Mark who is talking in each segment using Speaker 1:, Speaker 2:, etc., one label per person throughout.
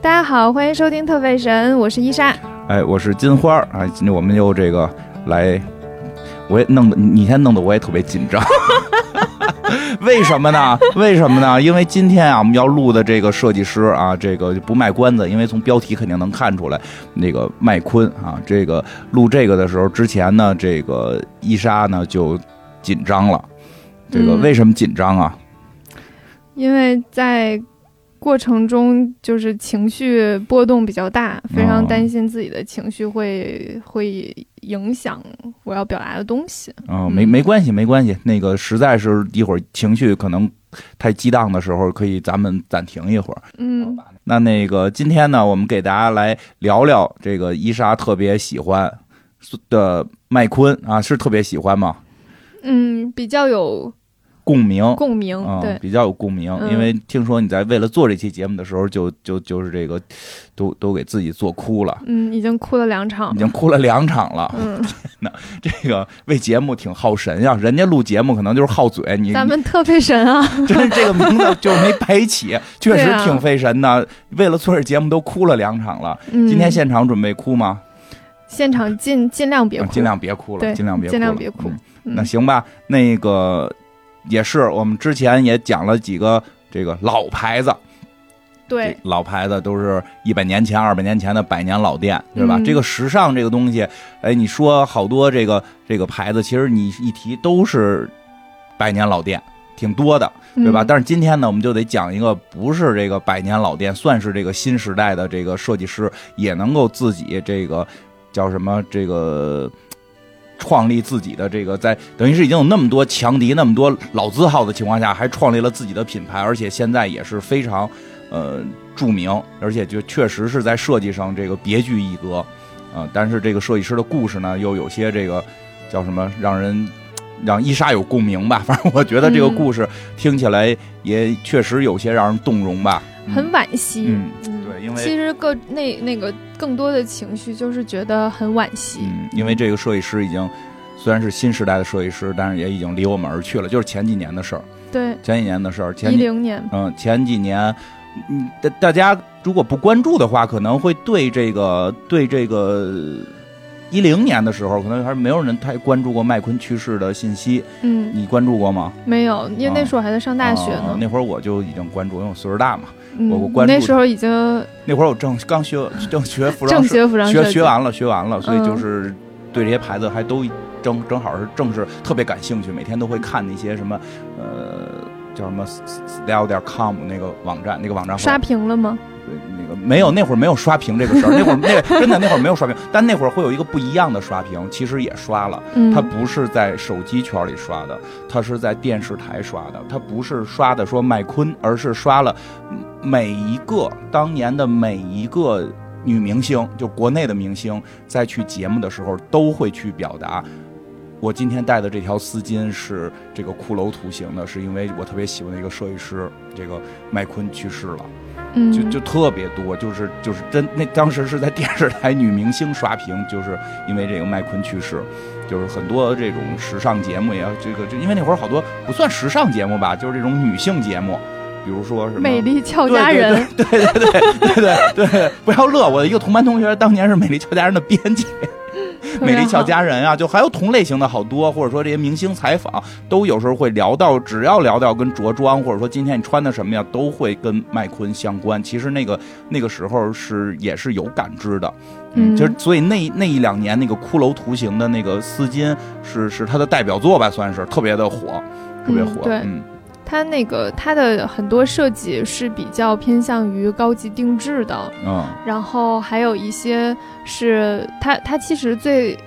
Speaker 1: 大家好，欢迎收听特费神，我是伊莎。
Speaker 2: 哎，我是金花儿啊，今天我们又这个来，我也弄得你先弄得我也特别紧张，为什么呢？为什么呢？因为今天啊，我们要录的这个设计师啊，这个就不卖关子，因为从标题肯定能看出来，那个麦昆啊，这个录这个的时候之前呢，这个伊莎呢就紧张了，这个
Speaker 1: 嗯
Speaker 2: 为什么紧张啊？
Speaker 1: 因为在过程中就是情绪波动比较大，非常担心自己的情绪会会影响我要表达的东西。
Speaker 2: 嗯，没没关系，没关系。那个实在是一会儿情绪可能太激荡的时候，可以咱们暂停一会儿。
Speaker 1: 嗯，
Speaker 2: 那那个今天呢，我们给大家来聊聊这个伊莎特别喜欢的麦昆啊，是特别喜欢吗？
Speaker 1: 嗯，比较有
Speaker 2: 共鸣，
Speaker 1: 共鸣，
Speaker 2: 嗯，
Speaker 1: 对，
Speaker 2: 比较有共鸣，
Speaker 1: 嗯
Speaker 2: 因为听说你在为了做这期节目的时候就，就就是这个，都都给自己做哭了，
Speaker 1: 嗯，已经哭了两场
Speaker 2: 已。经哭了两场了。
Speaker 1: 嗯，
Speaker 2: 这个为节目挺耗神呀、人家录节目可能就是耗嘴，你
Speaker 1: 咱们特费神啊，
Speaker 2: 真这个名字就没白 起，确
Speaker 1: 对
Speaker 2: 实
Speaker 1: 啊
Speaker 2: 挺费神的。为了做这节目都哭了两场了，
Speaker 1: 嗯、
Speaker 2: 今天现场准备哭吗？
Speaker 1: 现场尽尽量别
Speaker 2: 啊
Speaker 1: 哭，
Speaker 2: 尽量别哭了，
Speaker 1: 对
Speaker 2: 尽量别哭了，
Speaker 1: 尽量别哭
Speaker 2: 嗯
Speaker 1: 嗯
Speaker 2: 那行吧，那个也是，我们之前也讲了几个这个老牌子，
Speaker 1: 对
Speaker 2: 这，老牌子都是一百年前、二百年前的百年老店，对吧？
Speaker 1: 嗯
Speaker 2: 这个时尚这个东西，哎，你说好多这个这个牌子，其实你一提都是百年老店，挺多的。对吧？
Speaker 1: 嗯
Speaker 2: 但是今天呢，我们就得讲一个不是这个百年老店，算是这个新时代的这个设计师也能够自己这个叫什么这个。创立自己的这个，在等于是已经有那么多强敌、那么多老字号的情况下，还创立了自己的品牌，而且现在也是非常，呃，著名，而且就确实是在设计上这个别具一格，啊、但是这个设计师的故事呢，又有些这个叫什么，让人让伊莎有共鸣吧。 反正我觉得这个
Speaker 1: 嗯
Speaker 2: 故事听起来也确实有些让人动容吧。嗯
Speaker 1: 很惋惜。
Speaker 2: 嗯对因为
Speaker 1: 其实个那那个更多的情绪就是觉得很惋惜。
Speaker 2: 嗯，因为这个设计师已经虽然是新时代的设计师，但是也已经离我们而去了，就是前几年的事儿，
Speaker 1: 对，
Speaker 2: 前几年的事儿，前
Speaker 1: 一
Speaker 2: 几
Speaker 1: 零年，
Speaker 2: 嗯前几年，嗯大大家如果不关注的话，可能会对这个对这个。一零年的时候，可能还没有人太关注过麦昆去世的信息。
Speaker 1: 嗯，
Speaker 2: 你关注过吗？
Speaker 1: 没有，因为那时候我还在上大学
Speaker 2: 啊
Speaker 1: 呢。
Speaker 2: 那会儿我就已经关注，因为我岁数大嘛。
Speaker 1: 嗯
Speaker 2: 我我关注
Speaker 1: 那时候已经
Speaker 2: 那会儿我正刚学正学服装
Speaker 1: 正
Speaker 2: 设
Speaker 1: 学服装设
Speaker 2: 学
Speaker 1: 计，
Speaker 2: 学完了，学完了，所以
Speaker 1: 嗯
Speaker 2: 就是对这些牌子还都正正好是正是特别感兴趣，每天都会看那些什么呃叫什么 style 点 com 那个网站，那个网站会
Speaker 1: 刷屏了吗？
Speaker 2: 对那个没有那会儿没有刷屏这个事儿， 那会儿那真的那会儿没有刷屏，但那会儿会有一个不一样的刷屏，其实也刷了。
Speaker 1: 嗯，
Speaker 2: 它不是在手机圈里刷的，它是在电视台刷的，它不是刷的说麦昆，而是刷了每一个当年的每一个女明星，就国内的明星，在去节目的时候都会去表达。我今天戴的这条丝巾是这个骷髅图形的，是因为我特别喜欢的一个设计师，这个麦昆去世了。
Speaker 1: 嗯，
Speaker 2: 就就特别多，就是就是真那当时是在电视台女明星刷屏，就是因为这个麦昆去世，就是很多这种时尚节目也要这个，就因为那会儿好多不算时尚节目吧，就是这种女性节目，比如说什么
Speaker 1: 美丽俏
Speaker 2: 对
Speaker 1: 佳
Speaker 2: 对
Speaker 1: 人，
Speaker 2: 对对对对对对，不要乐，我的一个同班同学当年是美丽俏佳人的编辑，
Speaker 1: 特别
Speaker 2: 美丽俏
Speaker 1: 好，
Speaker 2: 佳人啊，就还有同类型的好多，或者说这些明星采访，都有时候会聊到，只要聊到跟着装，或者说今天你穿的什么呀，都会跟麦昆相关。其实那个那个时候是也是有感知的，
Speaker 1: 嗯
Speaker 2: 就是所以那那一两年那个骷髅图形的那个丝巾是是他的代表作吧，算是特别的火，特别
Speaker 1: 嗯
Speaker 2: 火，
Speaker 1: 对
Speaker 2: 嗯
Speaker 1: 它那个它的很多设计是比较偏向于高级定制的，
Speaker 2: 嗯
Speaker 1: 然后还有一些是它它其实最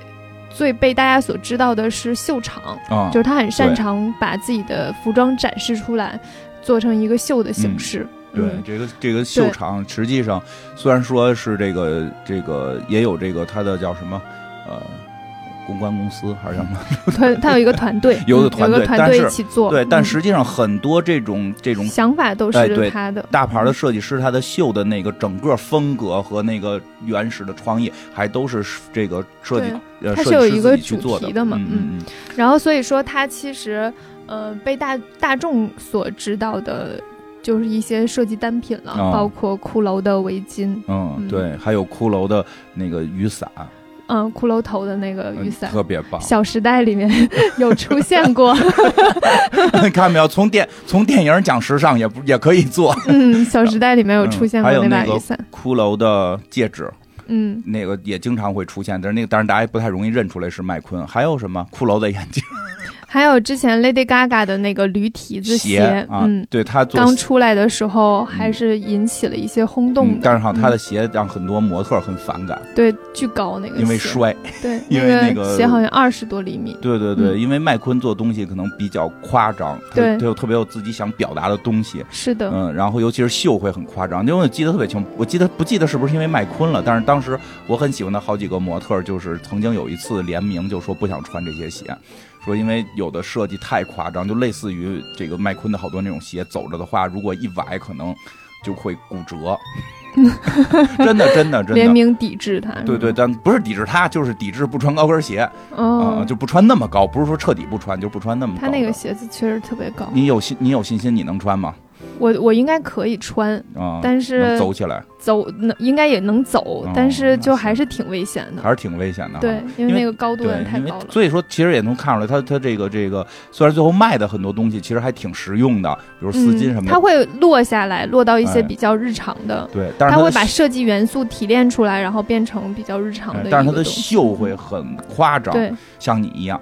Speaker 1: 最被大家所知道的是秀场，
Speaker 2: 嗯，
Speaker 1: 就是他很擅
Speaker 2: 对
Speaker 1: 长把自己的服装展示出来，做成一个秀的形式。
Speaker 2: 对
Speaker 1: 嗯，
Speaker 2: 这个这个秀场，实际上虽然说是这个这个也有这个它的叫什么呃公关公司还是叫什么，，
Speaker 1: 团 他有一个团队
Speaker 2: 有个
Speaker 1: 嗯
Speaker 2: 团队
Speaker 1: 有个团
Speaker 2: 但
Speaker 1: 队
Speaker 2: 是
Speaker 1: 一起做。
Speaker 2: 对，但
Speaker 1: 嗯
Speaker 2: 实际上很多这种这种
Speaker 1: 想法都
Speaker 2: 哎对
Speaker 1: 是他的。
Speaker 2: 大牌的设计师，他的秀的那个整个风格和那个原始的创意，还都是这个设计呃
Speaker 1: 它
Speaker 2: 设
Speaker 1: 是
Speaker 2: 计
Speaker 1: 有
Speaker 2: 师
Speaker 1: 一
Speaker 2: 自
Speaker 1: 个
Speaker 2: 己去
Speaker 1: 主
Speaker 2: 做
Speaker 1: 题
Speaker 2: 的
Speaker 1: 的嘛
Speaker 2: 嗯嗯
Speaker 1: 然后所以说他其实，呃，被大大众所知道的。就是一些设计单品了，
Speaker 2: 哦
Speaker 1: 包括骷髅的围巾，
Speaker 2: 嗯，
Speaker 1: 嗯
Speaker 2: 对，还有骷髅的那个雨伞，
Speaker 1: 嗯，骷髅头的那个雨
Speaker 2: 嗯
Speaker 1: 伞，
Speaker 2: 特别棒。
Speaker 1: 小时代》里面 有出现过，
Speaker 2: 看没有，从电从电影讲时尚也不也可以做。
Speaker 1: 嗯，《小时代》里面有出现过
Speaker 2: 嗯还有
Speaker 1: 把
Speaker 2: 那个
Speaker 1: 雨伞，
Speaker 2: 骷髅的戒指，
Speaker 1: 嗯，
Speaker 2: 那个也经常会出现，但是那个当然大家也不太容易认出来是麦昆。还有什么骷髅 的眼镜、
Speaker 1: 还有之前 Lady Gaga 的那个驴蹄子
Speaker 2: 啊？
Speaker 1: 嗯，
Speaker 2: 对他做
Speaker 1: 刚出来的时候还是引起了一些轰动
Speaker 2: 嗯，
Speaker 1: 的，
Speaker 2: 但是好像他
Speaker 1: 嗯
Speaker 2: 的鞋让很多模特儿很反感，
Speaker 1: 对巨高那个鞋，
Speaker 2: 因为摔。
Speaker 1: 对，
Speaker 2: 因为那
Speaker 1: 那
Speaker 2: 个
Speaker 1: 鞋好像二十多厘米，
Speaker 2: 对对对，
Speaker 1: 嗯
Speaker 2: 因为麦昆做东西可能比较夸张，他
Speaker 1: 对
Speaker 2: 他有特别有自己想表达的东西，
Speaker 1: 是的，
Speaker 2: 嗯，然后尤其是秀会很夸张，因为我记得特别清，我记得不记得是不是因为麦昆了，但是当时我很喜欢的好几个模特儿，就是曾经有一次联名就说不想穿这些鞋。说因为有的设计太夸张，就类似于这个麦昆的好多那种鞋，走着的话，如果一崴可能就会骨折。真的，真的，真
Speaker 1: 联
Speaker 2: 的，
Speaker 1: 名抵制它，
Speaker 2: 对对，，但不是抵制他，就是抵制不穿高跟鞋。啊、
Speaker 1: 哦，
Speaker 2: 就不穿那么高，不是说彻底不穿，就不穿那么高
Speaker 1: 他
Speaker 2: 的。
Speaker 1: 那个鞋子确实特别高，
Speaker 2: 你有信，你有信心你能穿吗？
Speaker 1: 我我应该可以穿，
Speaker 2: 啊、
Speaker 1: 但
Speaker 2: 能
Speaker 1: 是
Speaker 2: 走起来
Speaker 1: 走能应该也能走
Speaker 2: 哦，
Speaker 1: 但是
Speaker 2: 那
Speaker 1: 就是还是挺危险的。
Speaker 2: 还是挺危险的。
Speaker 1: 对。，因
Speaker 2: 因为
Speaker 1: 那个高度有
Speaker 2: 对
Speaker 1: 点，太
Speaker 2: 因为
Speaker 1: 高了。
Speaker 2: 所以说，其实也能看出来，他他这个这个，虽然最后卖的很多东西其实还挺实用的，比如丝巾什么
Speaker 1: 嗯
Speaker 2: 的，
Speaker 1: 它会落下来，落到一
Speaker 2: 哎
Speaker 1: 些比较日常的，
Speaker 2: 对，但是
Speaker 1: 它
Speaker 2: 它
Speaker 1: 会
Speaker 2: 的
Speaker 1: 把
Speaker 2: 秀
Speaker 1: 设计元素提炼出来，然后变成比较日常
Speaker 2: 哎
Speaker 1: 的一个东西。
Speaker 2: 但是它的秀会很夸张，
Speaker 1: 对，
Speaker 2: 像你一样，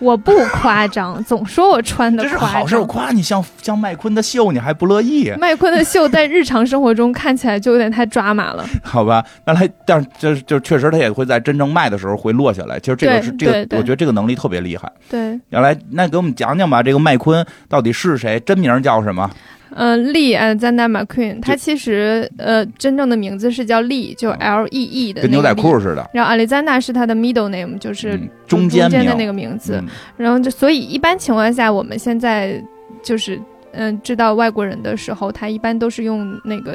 Speaker 1: 我不夸张，总说我穿的
Speaker 2: 这是
Speaker 1: 夸
Speaker 2: 好事。我
Speaker 1: 张。嗯
Speaker 2: 夸你像像麦昆的秀，你还不乐意，
Speaker 1: 麦昆的秀在日常生活中看起来就有点太抓马 了，
Speaker 2: 好吧？那他但是就是就确实他也会在真正卖的时候会落下来，其实这个
Speaker 1: 对
Speaker 2: 是这个
Speaker 1: 对，对
Speaker 2: 我觉得这个能力特别厉害。
Speaker 1: 对，
Speaker 2: 原来，那给我们讲讲吧，这个麦昆到底是谁？真名叫什么？
Speaker 1: 嗯，利安赞娜 McQueen，他其实呃真正的名字是叫利，就 L E E 的那
Speaker 2: 哦跟
Speaker 1: 个
Speaker 2: 牛仔裤
Speaker 1: Lee。
Speaker 2: 似的，
Speaker 1: 然后 Alexander 是他的 middle name，就是
Speaker 2: 嗯，
Speaker 1: 中
Speaker 2: 间名
Speaker 1: 的那个名字。
Speaker 2: 嗯
Speaker 1: 然后就所以一般情况下，我们现在就是嗯、知道外国人的时候，他一般都是用那个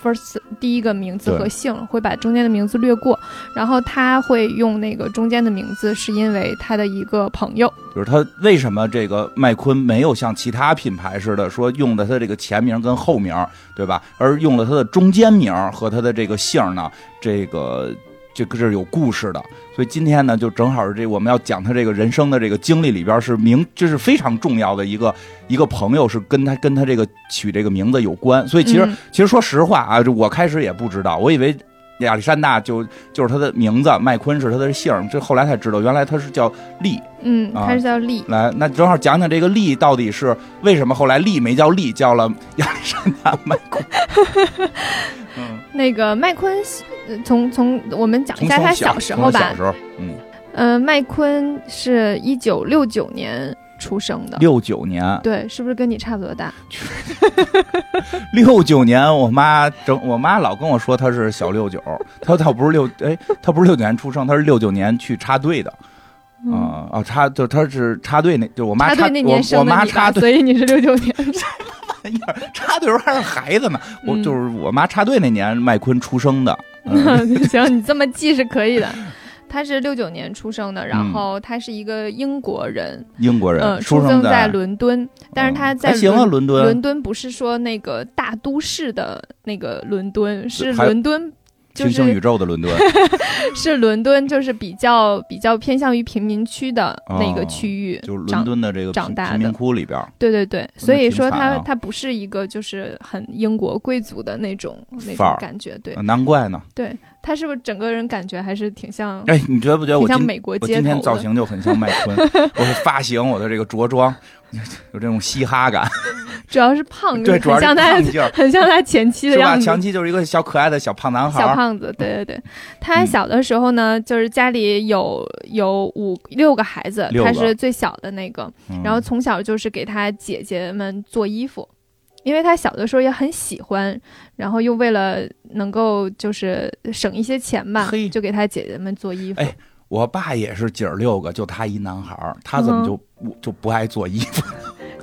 Speaker 1: first 第一个名字
Speaker 2: 对
Speaker 1: 和姓，会把中间的名字略过，然后他会用那个中间的名字，是因为他的一个朋友。
Speaker 2: 就是他为什么这个麦昆没有像其他品牌似的说用的他这个前名跟后名，对吧？而用了他的中间名和他的这个姓呢？这个这个是有故事的。所以今天呢，就正好是这我们要讲他这个人生的这个经历里边是明，这是非常重要的一个一个朋友是跟他跟他这个取这个名字有关。所以其实
Speaker 1: 嗯
Speaker 2: 其实说实话啊，这我开始也不知道，我以为亚历山大就就是他的名字，麦昆是他的姓儿，这后来才知道，原来他是叫利。
Speaker 1: 嗯，
Speaker 2: 啊
Speaker 1: 他是叫利。
Speaker 2: 来，那正好讲讲这个利到底是为什么后来利没叫利，叫了亚历山大麦昆。嗯，
Speaker 1: 那个麦昆是，呃从从我们讲一
Speaker 2: 从
Speaker 1: 下他
Speaker 2: 小
Speaker 1: 时
Speaker 2: 从
Speaker 1: 候
Speaker 2: 小
Speaker 1: 吧
Speaker 2: 时。候，嗯，
Speaker 1: 呃，麦昆是一九六九年出生的，
Speaker 2: 六九啊年，
Speaker 1: 对，是不是跟你差不多大？
Speaker 2: 六九年，我妈整我妈老跟我说她是小六九， 她她不是六哎，她不是六九年出生，她是六九年去插队的
Speaker 1: 嗯
Speaker 2: 啊、啊插就她是插队那，就我妈
Speaker 1: 插
Speaker 2: 插
Speaker 1: 队那年
Speaker 2: 我我
Speaker 1: 生的
Speaker 2: 妈
Speaker 1: 你吧
Speaker 2: 插队
Speaker 1: 所以你是六九年。
Speaker 2: 插队时候还是孩子呢， 我
Speaker 1: 嗯
Speaker 2: 就是我妈插队那年麦昆出生的，嗯，
Speaker 1: 行，你这么记是可以的。他是六九年出生的，然后他是一个英国人，
Speaker 2: 英国人，
Speaker 1: 嗯，
Speaker 2: 出
Speaker 1: 出
Speaker 2: 生
Speaker 1: 生在伦敦，但是他
Speaker 2: 嗯
Speaker 1: 在
Speaker 2: 还行啊，
Speaker 1: 伦
Speaker 2: 伦敦
Speaker 1: 伦敦不是说那个大都市的那个伦敦，是
Speaker 2: 还有
Speaker 1: 伦敦。就
Speaker 2: 平行宇
Speaker 1: 是
Speaker 2: 宙的伦敦，
Speaker 1: 是伦敦，就是比较比较偏向于贫民区的那个区域，
Speaker 2: 哦就是伦
Speaker 1: 长
Speaker 2: 敦的这个
Speaker 1: 长
Speaker 2: 贫
Speaker 1: 大
Speaker 2: 贫民
Speaker 1: 的
Speaker 2: 窟里边儿
Speaker 1: 对对对，所以说
Speaker 2: 挺惨
Speaker 1: 他
Speaker 2: 啊
Speaker 1: 他不是一个就是很英国贵族的那种那
Speaker 2: 范
Speaker 1: 种
Speaker 2: 儿嗯
Speaker 1: 感觉，对
Speaker 2: 难怪呢。
Speaker 1: 对，他是不是整个人感觉还是挺像
Speaker 2: 哎，你觉不觉得
Speaker 1: 嗯挺
Speaker 2: 我
Speaker 1: 像
Speaker 2: 今
Speaker 1: 美国
Speaker 2: 我
Speaker 1: 街
Speaker 2: 今
Speaker 1: 头
Speaker 2: 天
Speaker 1: 的？
Speaker 2: 造型就很像麦 昆？我的发型，我的这个着装，有这种嘻哈感，
Speaker 1: 主要是胖，
Speaker 2: 对，主
Speaker 1: 哦
Speaker 2: 要
Speaker 1: 很
Speaker 2: 是
Speaker 1: 像他
Speaker 2: 胖，劲儿，
Speaker 1: 很像他前妻的
Speaker 2: 是吧？
Speaker 1: 样子
Speaker 2: 前。期就是一个小可爱的小胖男孩
Speaker 1: 小
Speaker 2: 儿，嗯
Speaker 1: 胖子，对对对，他小的时候呢，就是家里有有五六个孩子，
Speaker 2: 六个
Speaker 1: 他是最小的那个，
Speaker 2: 嗯
Speaker 1: 然后从小就是给他姐姐们做衣服，因为他小的时候也很喜欢，然后又为了能够就是省一些钱吧
Speaker 2: 嘿，
Speaker 1: 就给他姐姐们做衣服。
Speaker 2: 哎我爸也是姐儿六个，就他一男孩儿，他怎么
Speaker 1: 嗯
Speaker 2: 就不就不爱做衣 服？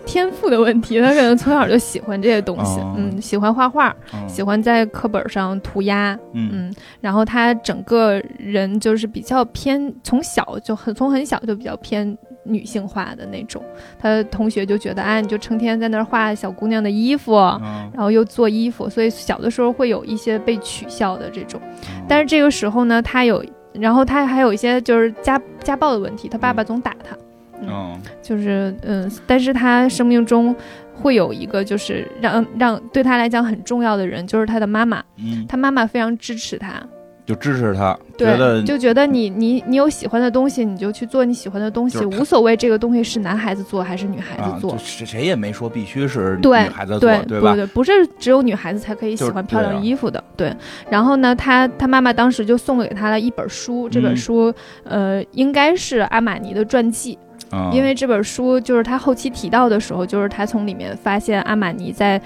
Speaker 1: 天赋的问题，他可能从小就喜欢这些东西，
Speaker 2: 哦
Speaker 1: 嗯，喜欢画画，
Speaker 2: 嗯
Speaker 1: 喜欢在课本上涂鸦，
Speaker 2: 嗯
Speaker 1: 嗯，然后他整个人就是比较偏，从小就很从很小就比较偏女性化的那种。他同学就觉得，哎，你就成天在那儿画小姑娘的衣服，
Speaker 2: 嗯
Speaker 1: 然后又做衣服，所以小的时候会有一些被取笑的这种。
Speaker 2: 嗯
Speaker 1: 但是这个时候呢，他有，然后他还有一些就是家家暴的问题，他爸爸总打他，
Speaker 2: 嗯
Speaker 1: 就是嗯，但是他生命中会有一个就是让让对他来讲很重要的人，就是他的妈妈，
Speaker 2: 嗯，
Speaker 1: 他妈妈非常支持他，
Speaker 2: 就支持他，觉得
Speaker 1: 对，就觉得你你你有喜欢的东西，你就去做你喜欢的东西，
Speaker 2: 就是他
Speaker 1: 无所谓这个东西是男孩子做还是女孩
Speaker 2: 啊
Speaker 1: 子，做
Speaker 2: 就，谁谁也没说必须是女
Speaker 1: 对
Speaker 2: 孩子做，
Speaker 1: 对
Speaker 2: 吧
Speaker 1: 不？对，不是只有女孩子才可以喜
Speaker 2: 就是
Speaker 1: 欢漂
Speaker 2: 对啊
Speaker 1: 亮衣服的。对，然后呢，他他妈妈当时就送给他了一本书，这本
Speaker 2: 嗯
Speaker 1: 书呃应该是阿玛尼的传记，
Speaker 2: 嗯，
Speaker 1: 因为这本书就是他后期提到的时候，就是他从里面发现阿玛尼在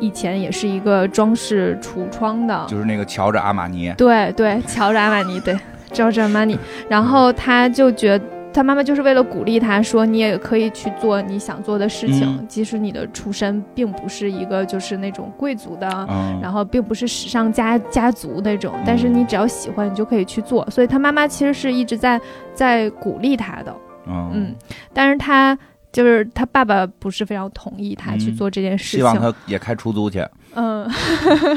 Speaker 1: 以前也是一个装饰橱窗的，
Speaker 2: 就是那个乔治阿玛尼，
Speaker 1: 对对，乔治阿玛尼，对，乔治阿玛尼。然后他就觉他妈妈就是为了鼓励他说，你也可以去做你想做的事情，
Speaker 2: 嗯
Speaker 1: 即使你的出身并不是一个就是那种贵族的。
Speaker 2: 嗯，
Speaker 1: 啊然后并不是时尚家家族那种，但是你只要喜欢，你就可以去做。所以他妈妈其实是一直在在鼓励他的，嗯
Speaker 2: 嗯，，
Speaker 1: 但是他就是他爸爸不是非常同意他去
Speaker 2: 嗯
Speaker 1: 做这件事
Speaker 2: 希
Speaker 1: 情，
Speaker 2: 望他也开出租去，
Speaker 1: 嗯，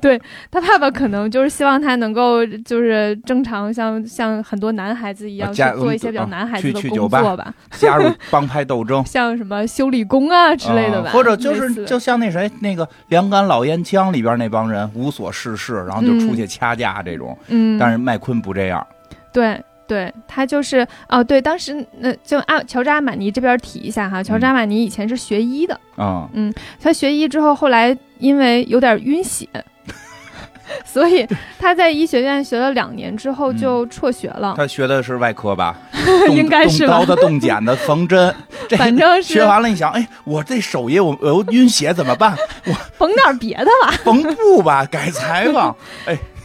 Speaker 1: 对他爸爸可能就是希望他能够就是正常像像很多男孩子一样
Speaker 2: 啊
Speaker 1: 去
Speaker 2: 加
Speaker 1: 做一些比较
Speaker 2: 嗯
Speaker 1: 男孩
Speaker 2: 去
Speaker 1: 子的
Speaker 2: 去
Speaker 1: 工
Speaker 2: 酒吧
Speaker 1: 作吧，
Speaker 2: 加入帮派斗争
Speaker 1: 像什么修理工啊之类的吧，
Speaker 2: 啊或者就
Speaker 1: 类
Speaker 2: 是
Speaker 1: 似
Speaker 2: 就像那谁那个《两杆老烟枪》里边那帮人无所事事，然后就出去掐架这种。
Speaker 1: 嗯，
Speaker 2: 但是麦昆不这样，
Speaker 1: 对。对他就是哦，对，当时那就阿乔治阿玛尼这边提一下哈，乔治阿玛尼以前是学医的，
Speaker 2: 嗯，
Speaker 1: 他学医之后，后来因为有点晕血， 所 以他在医学院学了两年之
Speaker 2: 嗯
Speaker 1: 后就辍学了，
Speaker 2: 他学的是外 科吧，动
Speaker 1: 应该是
Speaker 2: 动
Speaker 1: 吧
Speaker 2: 刀的、动剪的、缝针，这
Speaker 1: 反正是
Speaker 2: 学完了，你想，哎，我这手艺我我晕血怎么办？
Speaker 1: 缝点别的吧。
Speaker 2: 缝布吧，改裁 吧，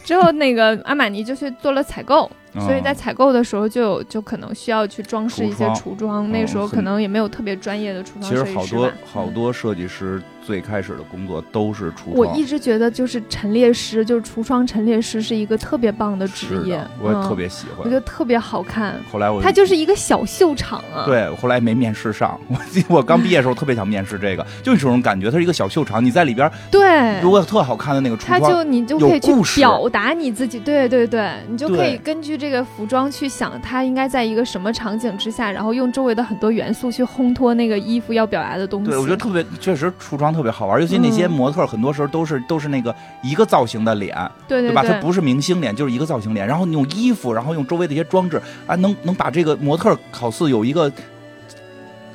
Speaker 1: 之后那个阿玛尼就去做了采购，
Speaker 2: 哦嗯
Speaker 1: 所以在采购的时候就有就可能需要去装饰一些
Speaker 2: 橱
Speaker 1: 橱窗，那时候
Speaker 2: 嗯
Speaker 1: 可能也没有特别专业的橱窗
Speaker 2: 其
Speaker 1: 设计
Speaker 2: 实
Speaker 1: 师吧。
Speaker 2: 好多好多设计师最开始的工作都是
Speaker 1: 嗯。
Speaker 2: 橱
Speaker 1: 我
Speaker 2: 窗
Speaker 1: 一，直觉得就是陈列师，就是橱窗陈列师是一个特别棒的职
Speaker 2: 是
Speaker 1: 业
Speaker 2: 的，，我也特
Speaker 1: 嗯、
Speaker 2: 别喜
Speaker 1: 我
Speaker 2: 欢
Speaker 1: 觉。得特别好看。
Speaker 2: 后来我
Speaker 1: 它就是一个小秀场啊。
Speaker 2: 对，后来没面试上。我记我刚毕业的时
Speaker 1: 嗯
Speaker 2: 候特别想面试这个，就是这种感觉，它是一个小秀场，你在里边
Speaker 1: 对，
Speaker 2: 如果特好看的那个橱
Speaker 1: 它
Speaker 2: 窗，
Speaker 1: 就你就可以去
Speaker 2: 有故事
Speaker 1: 表达你自己，对对对，你就可以
Speaker 2: 对
Speaker 1: 根据这个服装去想它应该在一个什么场景之下，然后用周围的很多元素去烘托那个衣服要表达的东西。
Speaker 2: 对我觉得特别，确实橱窗特别好玩，尤其那些
Speaker 1: 嗯
Speaker 2: 模特，很多时候都是都是那个一个造型的脸，
Speaker 1: 对
Speaker 2: 对
Speaker 1: 对
Speaker 2: 吧？它不是明星脸，就是一个造型脸，然后你用衣服，然后用周围的一些装置啊，能能把这个模特好似有一个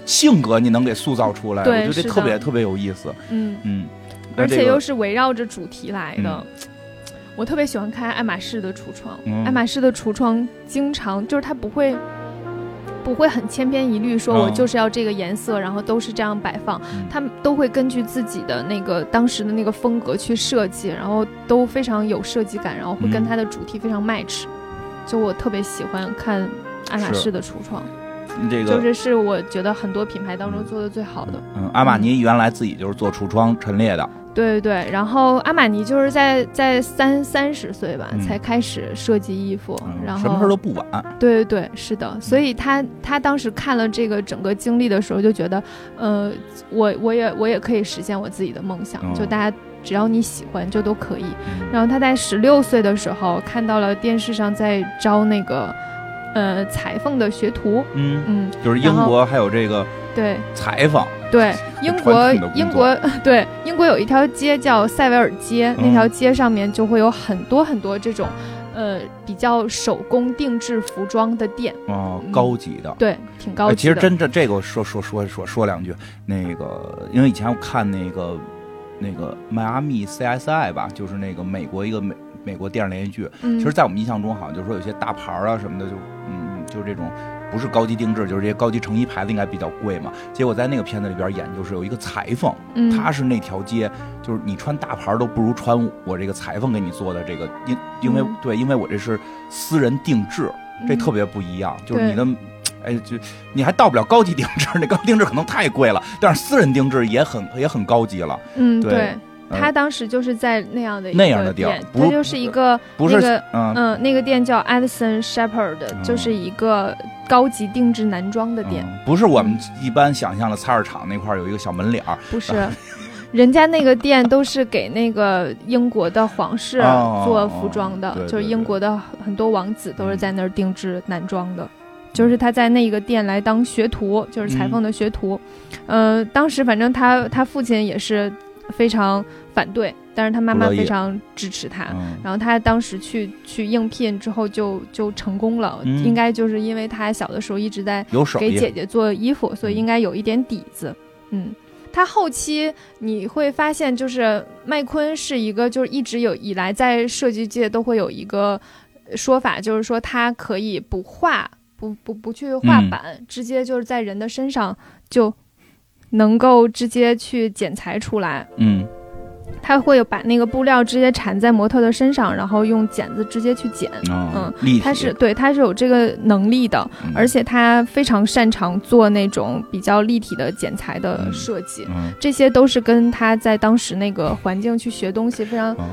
Speaker 2: 性格，你能给塑造出来，我
Speaker 1: 对
Speaker 2: 觉得这
Speaker 1: 是的
Speaker 2: 特别特别有意思，
Speaker 1: 嗯，
Speaker 2: 嗯。那
Speaker 1: 而
Speaker 2: 这
Speaker 1: 且
Speaker 2: 个
Speaker 1: 又是围绕着主题来的。我特别喜欢看爱马仕的橱窗，
Speaker 2: 嗯
Speaker 1: 爱马仕的橱窗经常就是它不会。不会很千篇一律，说我
Speaker 2: 嗯
Speaker 1: 就是要这个颜色，然后都是这样摆放，
Speaker 2: 嗯
Speaker 1: 他们都会根据自己的那个当时的那个风格去设计，然后都非常有设计感，然后会跟
Speaker 2: 嗯
Speaker 1: 它的主题非常 match。就我特别喜欢看爱马
Speaker 2: 是
Speaker 1: 仕的橱窗，
Speaker 2: 这个
Speaker 1: 就是是我觉得很多品牌当中
Speaker 2: 嗯
Speaker 1: 做的最好的。
Speaker 2: 嗯，阿玛尼原来自己就是做橱窗陈列的，
Speaker 1: 对对对，然后阿玛尼就是在在三三十岁吧、
Speaker 2: 嗯
Speaker 1: 才开始设计衣服，
Speaker 2: 嗯
Speaker 1: 然后
Speaker 2: 什么事儿都嗯不晚。
Speaker 1: 对对对，是的，所以他他当时看了这个整个经历的时候，就觉得，呃，我我也我也可以实现我自己的梦想，
Speaker 2: 嗯
Speaker 1: 就大家只要你喜欢就都可以。
Speaker 2: 嗯
Speaker 1: 然后他在十六岁的时候看到了电视上在招那个，呃，裁缝的学徒，
Speaker 2: 嗯，
Speaker 1: 嗯，
Speaker 2: 就是英国还有这个
Speaker 1: 对
Speaker 2: 裁缝，
Speaker 1: 对，英国
Speaker 2: 传统的工作
Speaker 1: 英国对英国有一条街叫塞维尔街，
Speaker 2: 嗯
Speaker 1: 那条街上面就会有很多很多这种，呃，比较手工定制服装的店，
Speaker 2: 哦
Speaker 1: 嗯，
Speaker 2: 高级的。
Speaker 1: 对，挺高
Speaker 2: 哎
Speaker 1: 级的。
Speaker 2: 其实真正这个说说说说说两句，那个因为以前我看那个那个迈阿密 CSI 吧，就是那个美国一个美美国电视连续剧，
Speaker 1: 嗯，
Speaker 2: 其实，在我们印象中，好像就是说有些大牌儿啊什么的，就嗯，就是这种不是高级定制，就是这些高级成衣牌子应该比较贵嘛。结果在那个片子里边演，就是有一个裁缝，
Speaker 1: 嗯
Speaker 2: 他是那条街，就是你穿大牌儿都不如穿我这个裁缝给你做的这个，因因为、
Speaker 1: 嗯
Speaker 2: 对，因为我这是私人定制，这特别不一样，就是你的。哎，就你还到不了高级定制，那高级定制可能太贵了，但是私人定制也很也很高级了。
Speaker 1: 嗯，嗯
Speaker 2: 对
Speaker 1: 对，
Speaker 2: 啊、
Speaker 1: 他当时就是在那样的一
Speaker 2: 那
Speaker 1: 个
Speaker 2: 样的地儿
Speaker 1: 店
Speaker 2: 不
Speaker 1: 他
Speaker 2: 是
Speaker 1: 就是一个
Speaker 2: 不是
Speaker 1: 那个
Speaker 2: 嗯
Speaker 1: 嗯，那个店叫 Edison Shepherd，、就是一个高级定制男装的店，
Speaker 2: 嗯不是我们一般想象的菜市场那块儿有一个小门脸儿，
Speaker 1: 不是。
Speaker 2: 啊
Speaker 1: 人家那个店都是给那个英国的皇室
Speaker 2: 哦
Speaker 1: 做服装的，
Speaker 2: 哦对
Speaker 1: 就是
Speaker 2: 对嗯
Speaker 1: 英国的很多王子都是在那儿定制男装的，就是他在那个店来当学徒，就是裁缝的学徒。
Speaker 2: 嗯
Speaker 1: 呃，当时反正他他父亲也是非常反对，但是他妈妈
Speaker 2: 不乐意
Speaker 1: 非常支持他。
Speaker 2: 嗯，
Speaker 1: 然后他当时去去应聘之后就就成功了，
Speaker 2: 嗯
Speaker 1: 应该就是因为他小的时候一直在
Speaker 2: 有手
Speaker 1: 给姐
Speaker 2: 艺，
Speaker 1: 姐做衣服，所以应该有一点底子。嗯，他后期你会发现，就是麦昆是一个，就是一直有以来在设计界都会有一个说法，就是说他可以不画，不不不去画
Speaker 2: 嗯
Speaker 1: 板，直接就是在人的身上就能够直接去剪裁出来。
Speaker 2: 嗯
Speaker 1: 他会有把那个布料直接缠在模特的身上，然后用剪子直接去剪。
Speaker 2: 嗯
Speaker 1: 嗯，
Speaker 2: 立体，
Speaker 1: 他是对，他是有这个能力的，
Speaker 2: 嗯
Speaker 1: 而且他非常擅长做那种比较立体的剪裁的设计，
Speaker 2: 嗯
Speaker 1: 这些都是跟他在当时那个环境去学东西非常
Speaker 2: 嗯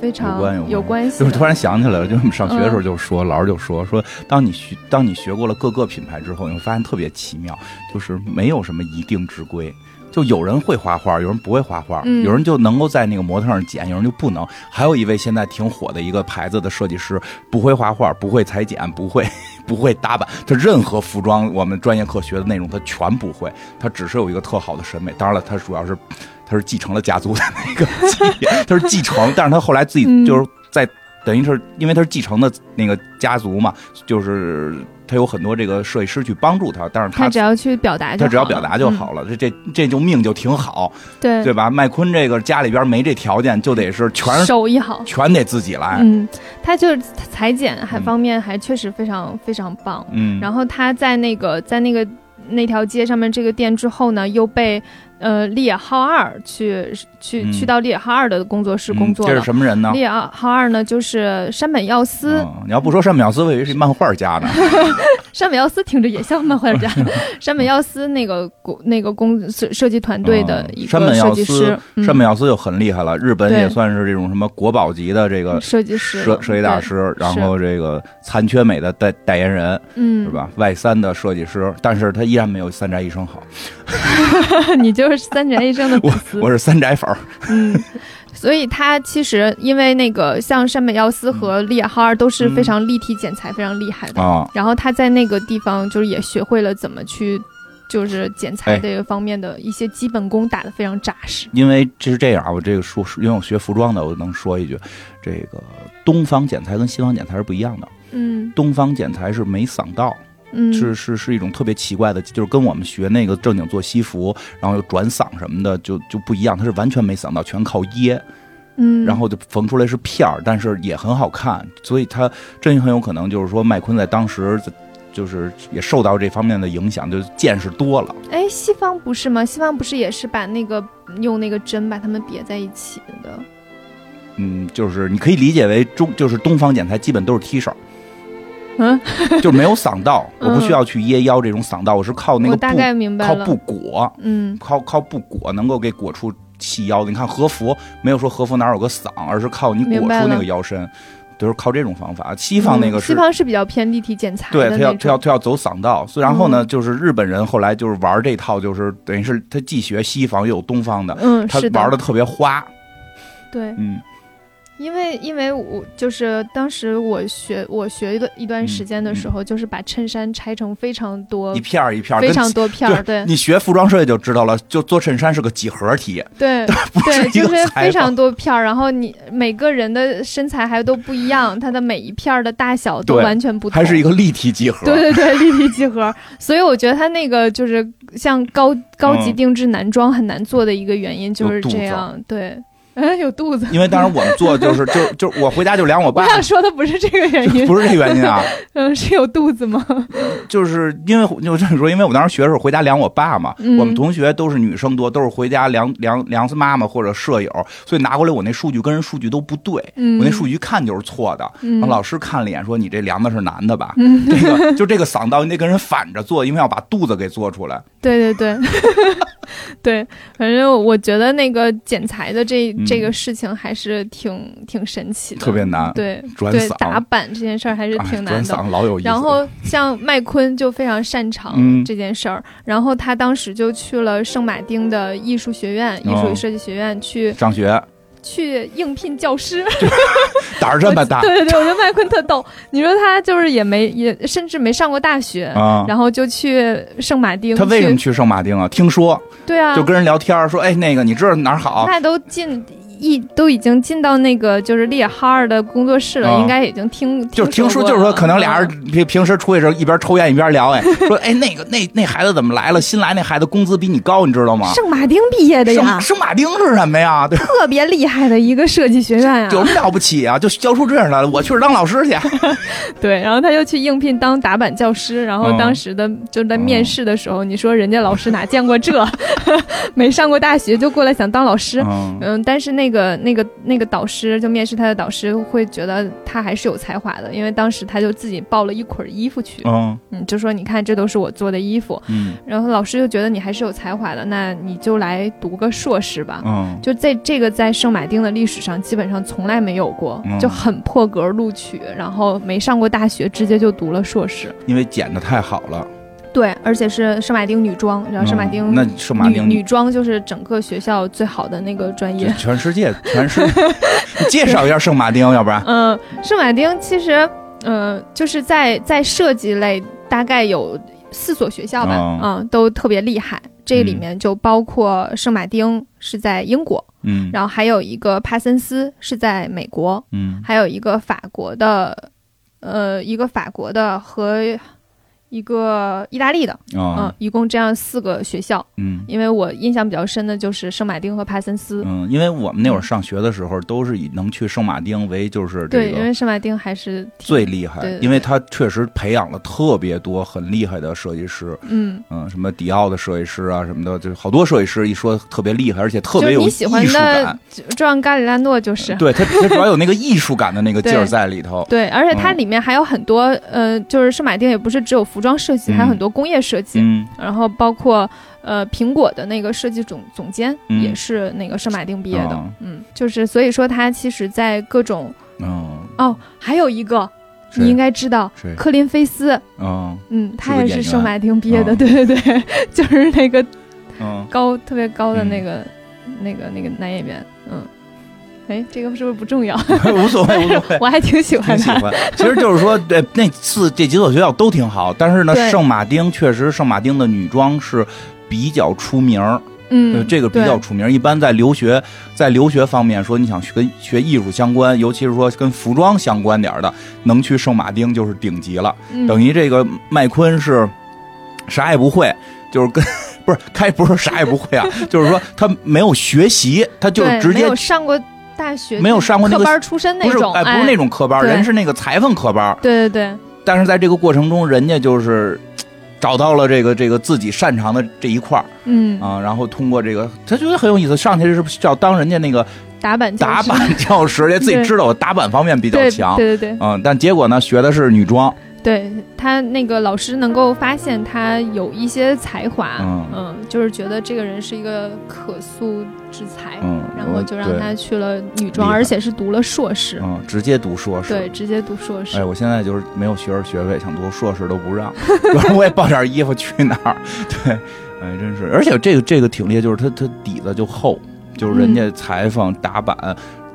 Speaker 1: 非常
Speaker 2: 有关有关
Speaker 1: 关系
Speaker 2: 就
Speaker 1: 的。
Speaker 2: 是嗯突然想起来了，就是我们上学的时候就说，老师就说说，当你学当你学过了各个品牌之后，你会发现特别奇妙，就是没有什么一定之规。就有人会画画，有人不会画画，
Speaker 1: 嗯
Speaker 2: 有人就能够在那个模特上剪，有人就不能。还有一位现在挺火的一个牌子的设计师，不会画画，不会裁剪，不会 不会打板，他任何服装我们专业课学的内容他全不会，他只是有一个特好的审美。当然了，他主要是他是继承了家族的那个 技艺，他是继承，但是他后来自己
Speaker 1: 嗯
Speaker 2: 就是在、等于是因为他是继承的那个家族嘛，就是他有很多这个设计师去帮助他，但是
Speaker 1: 他
Speaker 2: 他
Speaker 1: 只要去表达就
Speaker 2: 他只要
Speaker 1: 好了
Speaker 2: 表达就，好了，这这这就命就挺好，
Speaker 1: 嗯对
Speaker 2: 对吧？麦昆这个家里边没这条件，就得是全是
Speaker 1: 手艺好。
Speaker 2: 全得自己来，
Speaker 1: 嗯，他就是裁剪还
Speaker 2: 嗯
Speaker 1: 方面还确实非常非常棒。
Speaker 2: 嗯，
Speaker 1: 然后他在那个在那个那条街上面这个店之后呢，又被呃立野浩二去去、
Speaker 2: 嗯
Speaker 1: 去到立野浩二的工作室工作
Speaker 2: 嗯这
Speaker 1: 了。
Speaker 2: 是什么人呢
Speaker 1: 立？野浩二呢，就是山本耀司。
Speaker 2: 嗯，你要不说山本耀司，我以为是漫画家呢。
Speaker 1: 山本耀司听着也像漫 画家。山本耀司那个工那个工设设计团队的一
Speaker 2: 啊山本
Speaker 1: 个
Speaker 2: 耀
Speaker 1: 设
Speaker 2: 司
Speaker 1: 计师，嗯
Speaker 2: 山本耀司就很厉害了，日本
Speaker 1: 对嗯
Speaker 2: 也算是这种什么国宝级的这个
Speaker 1: 设计师
Speaker 2: 设设计大，师，然后这个残缺美的代代言人
Speaker 1: 对嗯，
Speaker 2: 是？吧？外三的设计师，但是他依然没有三宅一生好。
Speaker 1: 你就是三宅一生 的粉丝。
Speaker 2: 我是三宅粉儿，
Speaker 1: 嗯，所以他其实因为那个像山本耀司和利野浩二都是非常立体剪裁、非常厉害的，
Speaker 2: 嗯啊，
Speaker 1: 然后他在那个地方就是也学会了怎么去。就是剪
Speaker 2: 哎
Speaker 1: 裁这个方面的一些基本功打得非常扎实，
Speaker 2: 因为这是这样啊，我这个说，因为我学服装的，我能说一句，这个东方剪裁跟西方剪裁是不一样的。
Speaker 1: 嗯
Speaker 2: 东方剪裁是没嗓道，
Speaker 1: 嗯，
Speaker 2: 是是是一种特别奇怪的，就是跟我们学那个正经做西服，然后又转嗓什么的，就就不一样，它是完全没嗓道，全靠噎。
Speaker 1: 嗯，
Speaker 2: 然后就缝出来是片儿，但是也很好看，所以他真很有可能就是说麦昆在当时就是也受到这方面的影响，就见识多了。
Speaker 1: 哎，西方不是吗？西方不是也是把那个用那个针把它们别在一起的？
Speaker 2: 嗯，就是你可以理解为中，就是东方剪裁基本都是 T 恤，
Speaker 1: 嗯，
Speaker 2: 就没有嗓道，我
Speaker 1: 嗯
Speaker 2: 不需要去掖腰这种嗓道，我是靠那
Speaker 1: 我
Speaker 2: 个
Speaker 1: 大
Speaker 2: 布，
Speaker 1: 概明白
Speaker 2: 靠
Speaker 1: 了。
Speaker 2: 布裹，
Speaker 1: 嗯
Speaker 2: 靠靠布裹能够给裹出细腰。你看和服没有说和服哪有个嗓，而是靠你裹
Speaker 1: 明白
Speaker 2: 出那
Speaker 1: 了
Speaker 2: 个腰身，就是靠这种方法。西方那个
Speaker 1: 嗯
Speaker 2: 是
Speaker 1: 西方是比较偏立体剪裁
Speaker 2: 对
Speaker 1: 的
Speaker 2: 他
Speaker 1: 那
Speaker 2: 要
Speaker 1: 种。
Speaker 2: 他要他要走嗓道，所以然后呢，
Speaker 1: 嗯
Speaker 2: 就是日本人后来就是玩这套，就是等于是他既学西方又有东方的，
Speaker 1: 嗯，
Speaker 2: 他
Speaker 1: 是
Speaker 2: 玩的特别花，
Speaker 1: 对，
Speaker 2: 嗯
Speaker 1: 因为因为我就是当时我学我学一段一段时间的时候，就是把衬衫拆成非常多
Speaker 2: 嗯一片儿一片儿，
Speaker 1: 嗯非
Speaker 2: 跟
Speaker 1: 常多片儿，对
Speaker 2: 你学服装设计就知道了，就做衬衫是个几何体，
Speaker 1: 对
Speaker 2: 是
Speaker 1: 对，
Speaker 2: 一个
Speaker 1: 就是
Speaker 2: 裁
Speaker 1: 非
Speaker 2: 缝
Speaker 1: 常多片儿，然后你每个人的身材还都不一样，它的每一片儿的大小都
Speaker 2: 对
Speaker 1: 完全不同，
Speaker 2: 还是一个立体几何，
Speaker 1: 对对对，立体几何。 所以我觉得他那个就是像高高级定制男装很难做的一个原因就是这样，对， 嗯，有肚子。
Speaker 2: 因为当时我们做就是就就我回家就量我
Speaker 1: 我
Speaker 2: 爸。
Speaker 1: 想说的不是这个原因，
Speaker 2: 不是这原因啊，
Speaker 1: 嗯，是有肚子 吗？
Speaker 2: 就是因为就这么说，因为我当时学的时候回家量我爸嘛，
Speaker 1: 嗯
Speaker 2: 我们同学都是女生多，都是回家量量量妈妈或者舍友，所以拿过来我那数据跟人数据都不对，
Speaker 1: 嗯，
Speaker 2: 我那数据看就是错的。
Speaker 1: 嗯
Speaker 2: 然后老师看了一眼说：“你这量的是男的吧？这个就这个嗓道，你得跟人反着做，因为要把肚子给做出
Speaker 1: 嗯
Speaker 2: 来。
Speaker 1: 对对对，对，反正我觉得那个剪裁的这
Speaker 2: 嗯
Speaker 1: 这个事情还是挺挺神奇的，
Speaker 2: 特别难，
Speaker 1: 对
Speaker 2: 转
Speaker 1: 对
Speaker 2: 嗓
Speaker 1: 打板这件事儿还是
Speaker 2: 哎
Speaker 1: 挺难的。
Speaker 2: 转嗓老有意思。
Speaker 1: 然后像麦昆就非常擅
Speaker 2: 嗯
Speaker 1: 长这件事儿，然后他当时就去了圣马丁的艺术学
Speaker 2: 哦
Speaker 1: 院、艺术与设计学院去
Speaker 2: 上学
Speaker 1: 去应聘教师。
Speaker 2: 胆儿这么大
Speaker 1: 我 对对对，我觉得麦昆特逗。你说他就是也没也甚至没上过大学，
Speaker 2: 啊！
Speaker 1: 然后就去圣马丁去。
Speaker 2: 他为什么去圣马丁啊？听说
Speaker 1: 对啊，
Speaker 2: 就跟啊人聊天儿说，哎，那个你知道哪儿好？
Speaker 1: 那都进一都已经进到那个就是列哈尔的工作室了，
Speaker 2: 啊
Speaker 1: 应该已经听
Speaker 2: 就听说，
Speaker 1: 过
Speaker 2: 就是说，
Speaker 1: 了
Speaker 2: 可能俩
Speaker 1: 嗯
Speaker 2: 人平平时出去时候一边抽烟一边聊，哎，说哎那个那那孩子怎么来了？新来那孩子工资比你高，你知道吗？
Speaker 1: 圣马丁毕业的呀
Speaker 2: 圣，圣马丁是什么呀？对，
Speaker 1: 特别厉害的一个设计学院
Speaker 2: 有
Speaker 1: 啊。
Speaker 2: 什么了不起啊？就教出这样来了，我去当 老师去。
Speaker 1: 对，然后他就去应聘当打板教师，然后
Speaker 2: 嗯
Speaker 1: 当时的就在面试的时候，你说人家老师哪见过这， 没上过大学就过来想当老师。
Speaker 2: 嗯
Speaker 1: 嗯，但是那个那个那个导师，就面试他的导师会觉得他还是有才华的，因为当时他就自己抱了一捆儿衣服去，
Speaker 2: 嗯
Speaker 1: 嗯，就说你看这都是我做的衣服，
Speaker 2: 嗯
Speaker 1: 然后老师就觉得你还是有才华的，那你就来读个硕士吧。
Speaker 2: 嗯，
Speaker 1: 就在这个在圣马丁的历史上，基本上从来没有过，
Speaker 2: 嗯
Speaker 1: 就很破格录取，然后没上过大学，直接就读了硕士。
Speaker 2: 因为剪的太好了。
Speaker 1: 对，而且是圣马丁女装，你知道圣马丁、
Speaker 2: 嗯那圣马丁
Speaker 1: 女女装就是整个学校最好的那个专
Speaker 2: 这
Speaker 1: 业。
Speaker 2: 全世界 全世，你介绍一下圣马丁，要不然
Speaker 1: 嗯，圣马丁其实，呃，就是在在设计类大概有四所学校吧，
Speaker 2: 哦
Speaker 1: 嗯，都特别厉害。这里
Speaker 2: 嗯
Speaker 1: 面就包括圣马丁是在英国，
Speaker 2: 嗯
Speaker 1: 然后还有一个帕森斯是在美国，
Speaker 2: 嗯
Speaker 1: 还有一个法国的，呃，一个法国的和一个意大利的，嗯
Speaker 2: 啊，
Speaker 1: 一共这样四个学校。
Speaker 2: 嗯。
Speaker 1: 因为我印象比较深的就是圣马丁和帕森斯，
Speaker 2: 嗯，因为我们那会儿上学的时候，都是以能去圣马丁为就是这
Speaker 1: 对，因
Speaker 2: 个
Speaker 1: 为圣马丁还是挺
Speaker 2: 最厉害
Speaker 1: 对对，对
Speaker 2: 因为他确实培养了特别多很厉害的设计师，
Speaker 1: 嗯。
Speaker 2: 嗯，什么迪奥的设计师啊什么的，就是好多设计师一说特别厉害，而且特
Speaker 1: 就
Speaker 2: 别
Speaker 1: 是
Speaker 2: 有
Speaker 1: 你
Speaker 2: 艺
Speaker 1: 喜欢
Speaker 2: 术
Speaker 1: 的
Speaker 2: 感，
Speaker 1: 就就像伽利略诺就是。
Speaker 2: 呃对他他主要有那个艺术感的那个劲儿
Speaker 1: 对
Speaker 2: 在里头，
Speaker 1: 对，而且它
Speaker 2: 嗯
Speaker 1: 里面还有很多，呃，就是圣马丁也不是只有服装设计，
Speaker 2: 嗯
Speaker 1: 还有很多工业设计，
Speaker 2: 嗯
Speaker 1: 然后包括呃苹果的那个设计总总监、
Speaker 2: 嗯
Speaker 1: 也是那个圣马丁毕业的，
Speaker 2: 哦
Speaker 1: 嗯，就是所以说他其实，在各种
Speaker 2: 嗯，
Speaker 1: 哦，还有一个
Speaker 2: 谁
Speaker 1: 你应该知道，
Speaker 2: 谁
Speaker 1: 科林菲斯，
Speaker 2: 嗯
Speaker 1: 嗯，他
Speaker 2: 是
Speaker 1: 也
Speaker 2: 个
Speaker 1: 是
Speaker 2: 演员
Speaker 1: 圣马丁毕业的，
Speaker 2: 哦
Speaker 1: 对对对， 就是那个
Speaker 2: 嗯，
Speaker 1: 高特别高的
Speaker 2: 嗯
Speaker 1: 那个、那个那个男演员，嗯，哎，这个是不是不重要？
Speaker 2: 无所谓无所谓
Speaker 1: 。我还挺喜
Speaker 2: 挺
Speaker 1: 欢
Speaker 2: 喜
Speaker 1: 他。
Speaker 2: 欢，其实就是说，对那次这几所学校都挺好，但是呢，
Speaker 1: 对
Speaker 2: 圣马丁确实，圣马丁的女装是比较出名儿，对
Speaker 1: 嗯，
Speaker 2: 这个比较
Speaker 1: 对
Speaker 2: 出名。一般在留学，在留学方面说，你想学学艺术相关，尤其是说跟服装相关点儿的，能去圣马丁就是顶级了。
Speaker 1: 嗯
Speaker 2: 等于这个麦昆是啥也不会，就是跟 不是开不是啥也 不会啊，就是说他没有学习，他就是
Speaker 1: 对
Speaker 2: 直
Speaker 1: 没
Speaker 2: 接
Speaker 1: 有上过大学，
Speaker 2: 没有上过那个
Speaker 1: 科班出身
Speaker 2: 不
Speaker 1: 那
Speaker 2: 是
Speaker 1: 种，
Speaker 2: 哎不是那
Speaker 1: 种，
Speaker 2: 种科班儿，
Speaker 1: 对
Speaker 2: 人是那个裁缝科班儿，
Speaker 1: 对对对，
Speaker 2: 但是在这个过程中，人家就是。找到了这个这个自己擅长的这一块儿
Speaker 1: 嗯，
Speaker 2: 啊，然后通过这个，他觉得很有意思。上去是不是要当人家那个
Speaker 1: 打板教
Speaker 2: 打
Speaker 1: 师
Speaker 2: 板教师，也自己
Speaker 1: 对
Speaker 2: 知道我打板方面比较
Speaker 1: 对
Speaker 2: 强，
Speaker 1: 对对
Speaker 2: 嗯，但结果呢，学的是女装，
Speaker 1: 对，对他那个老师能够发现他有一些才华，
Speaker 2: 嗯
Speaker 1: 嗯就是觉得这个人是一个可塑之才，
Speaker 2: 嗯，
Speaker 1: 哎然后就让
Speaker 2: 对
Speaker 1: 他去了女装，
Speaker 2: 厉害
Speaker 1: 而且是读了硕士，
Speaker 2: 嗯直接读硕士，
Speaker 1: 对，直接读硕士。
Speaker 2: 哎，我现在就是没有学士学位，想读硕士都不让， 然后我也抱点衣服去哪儿？ 对，哎，真是，而且这个这个挺厉害，就是他他底子就厚，就是
Speaker 1: 嗯
Speaker 2: 人家裁缝、打板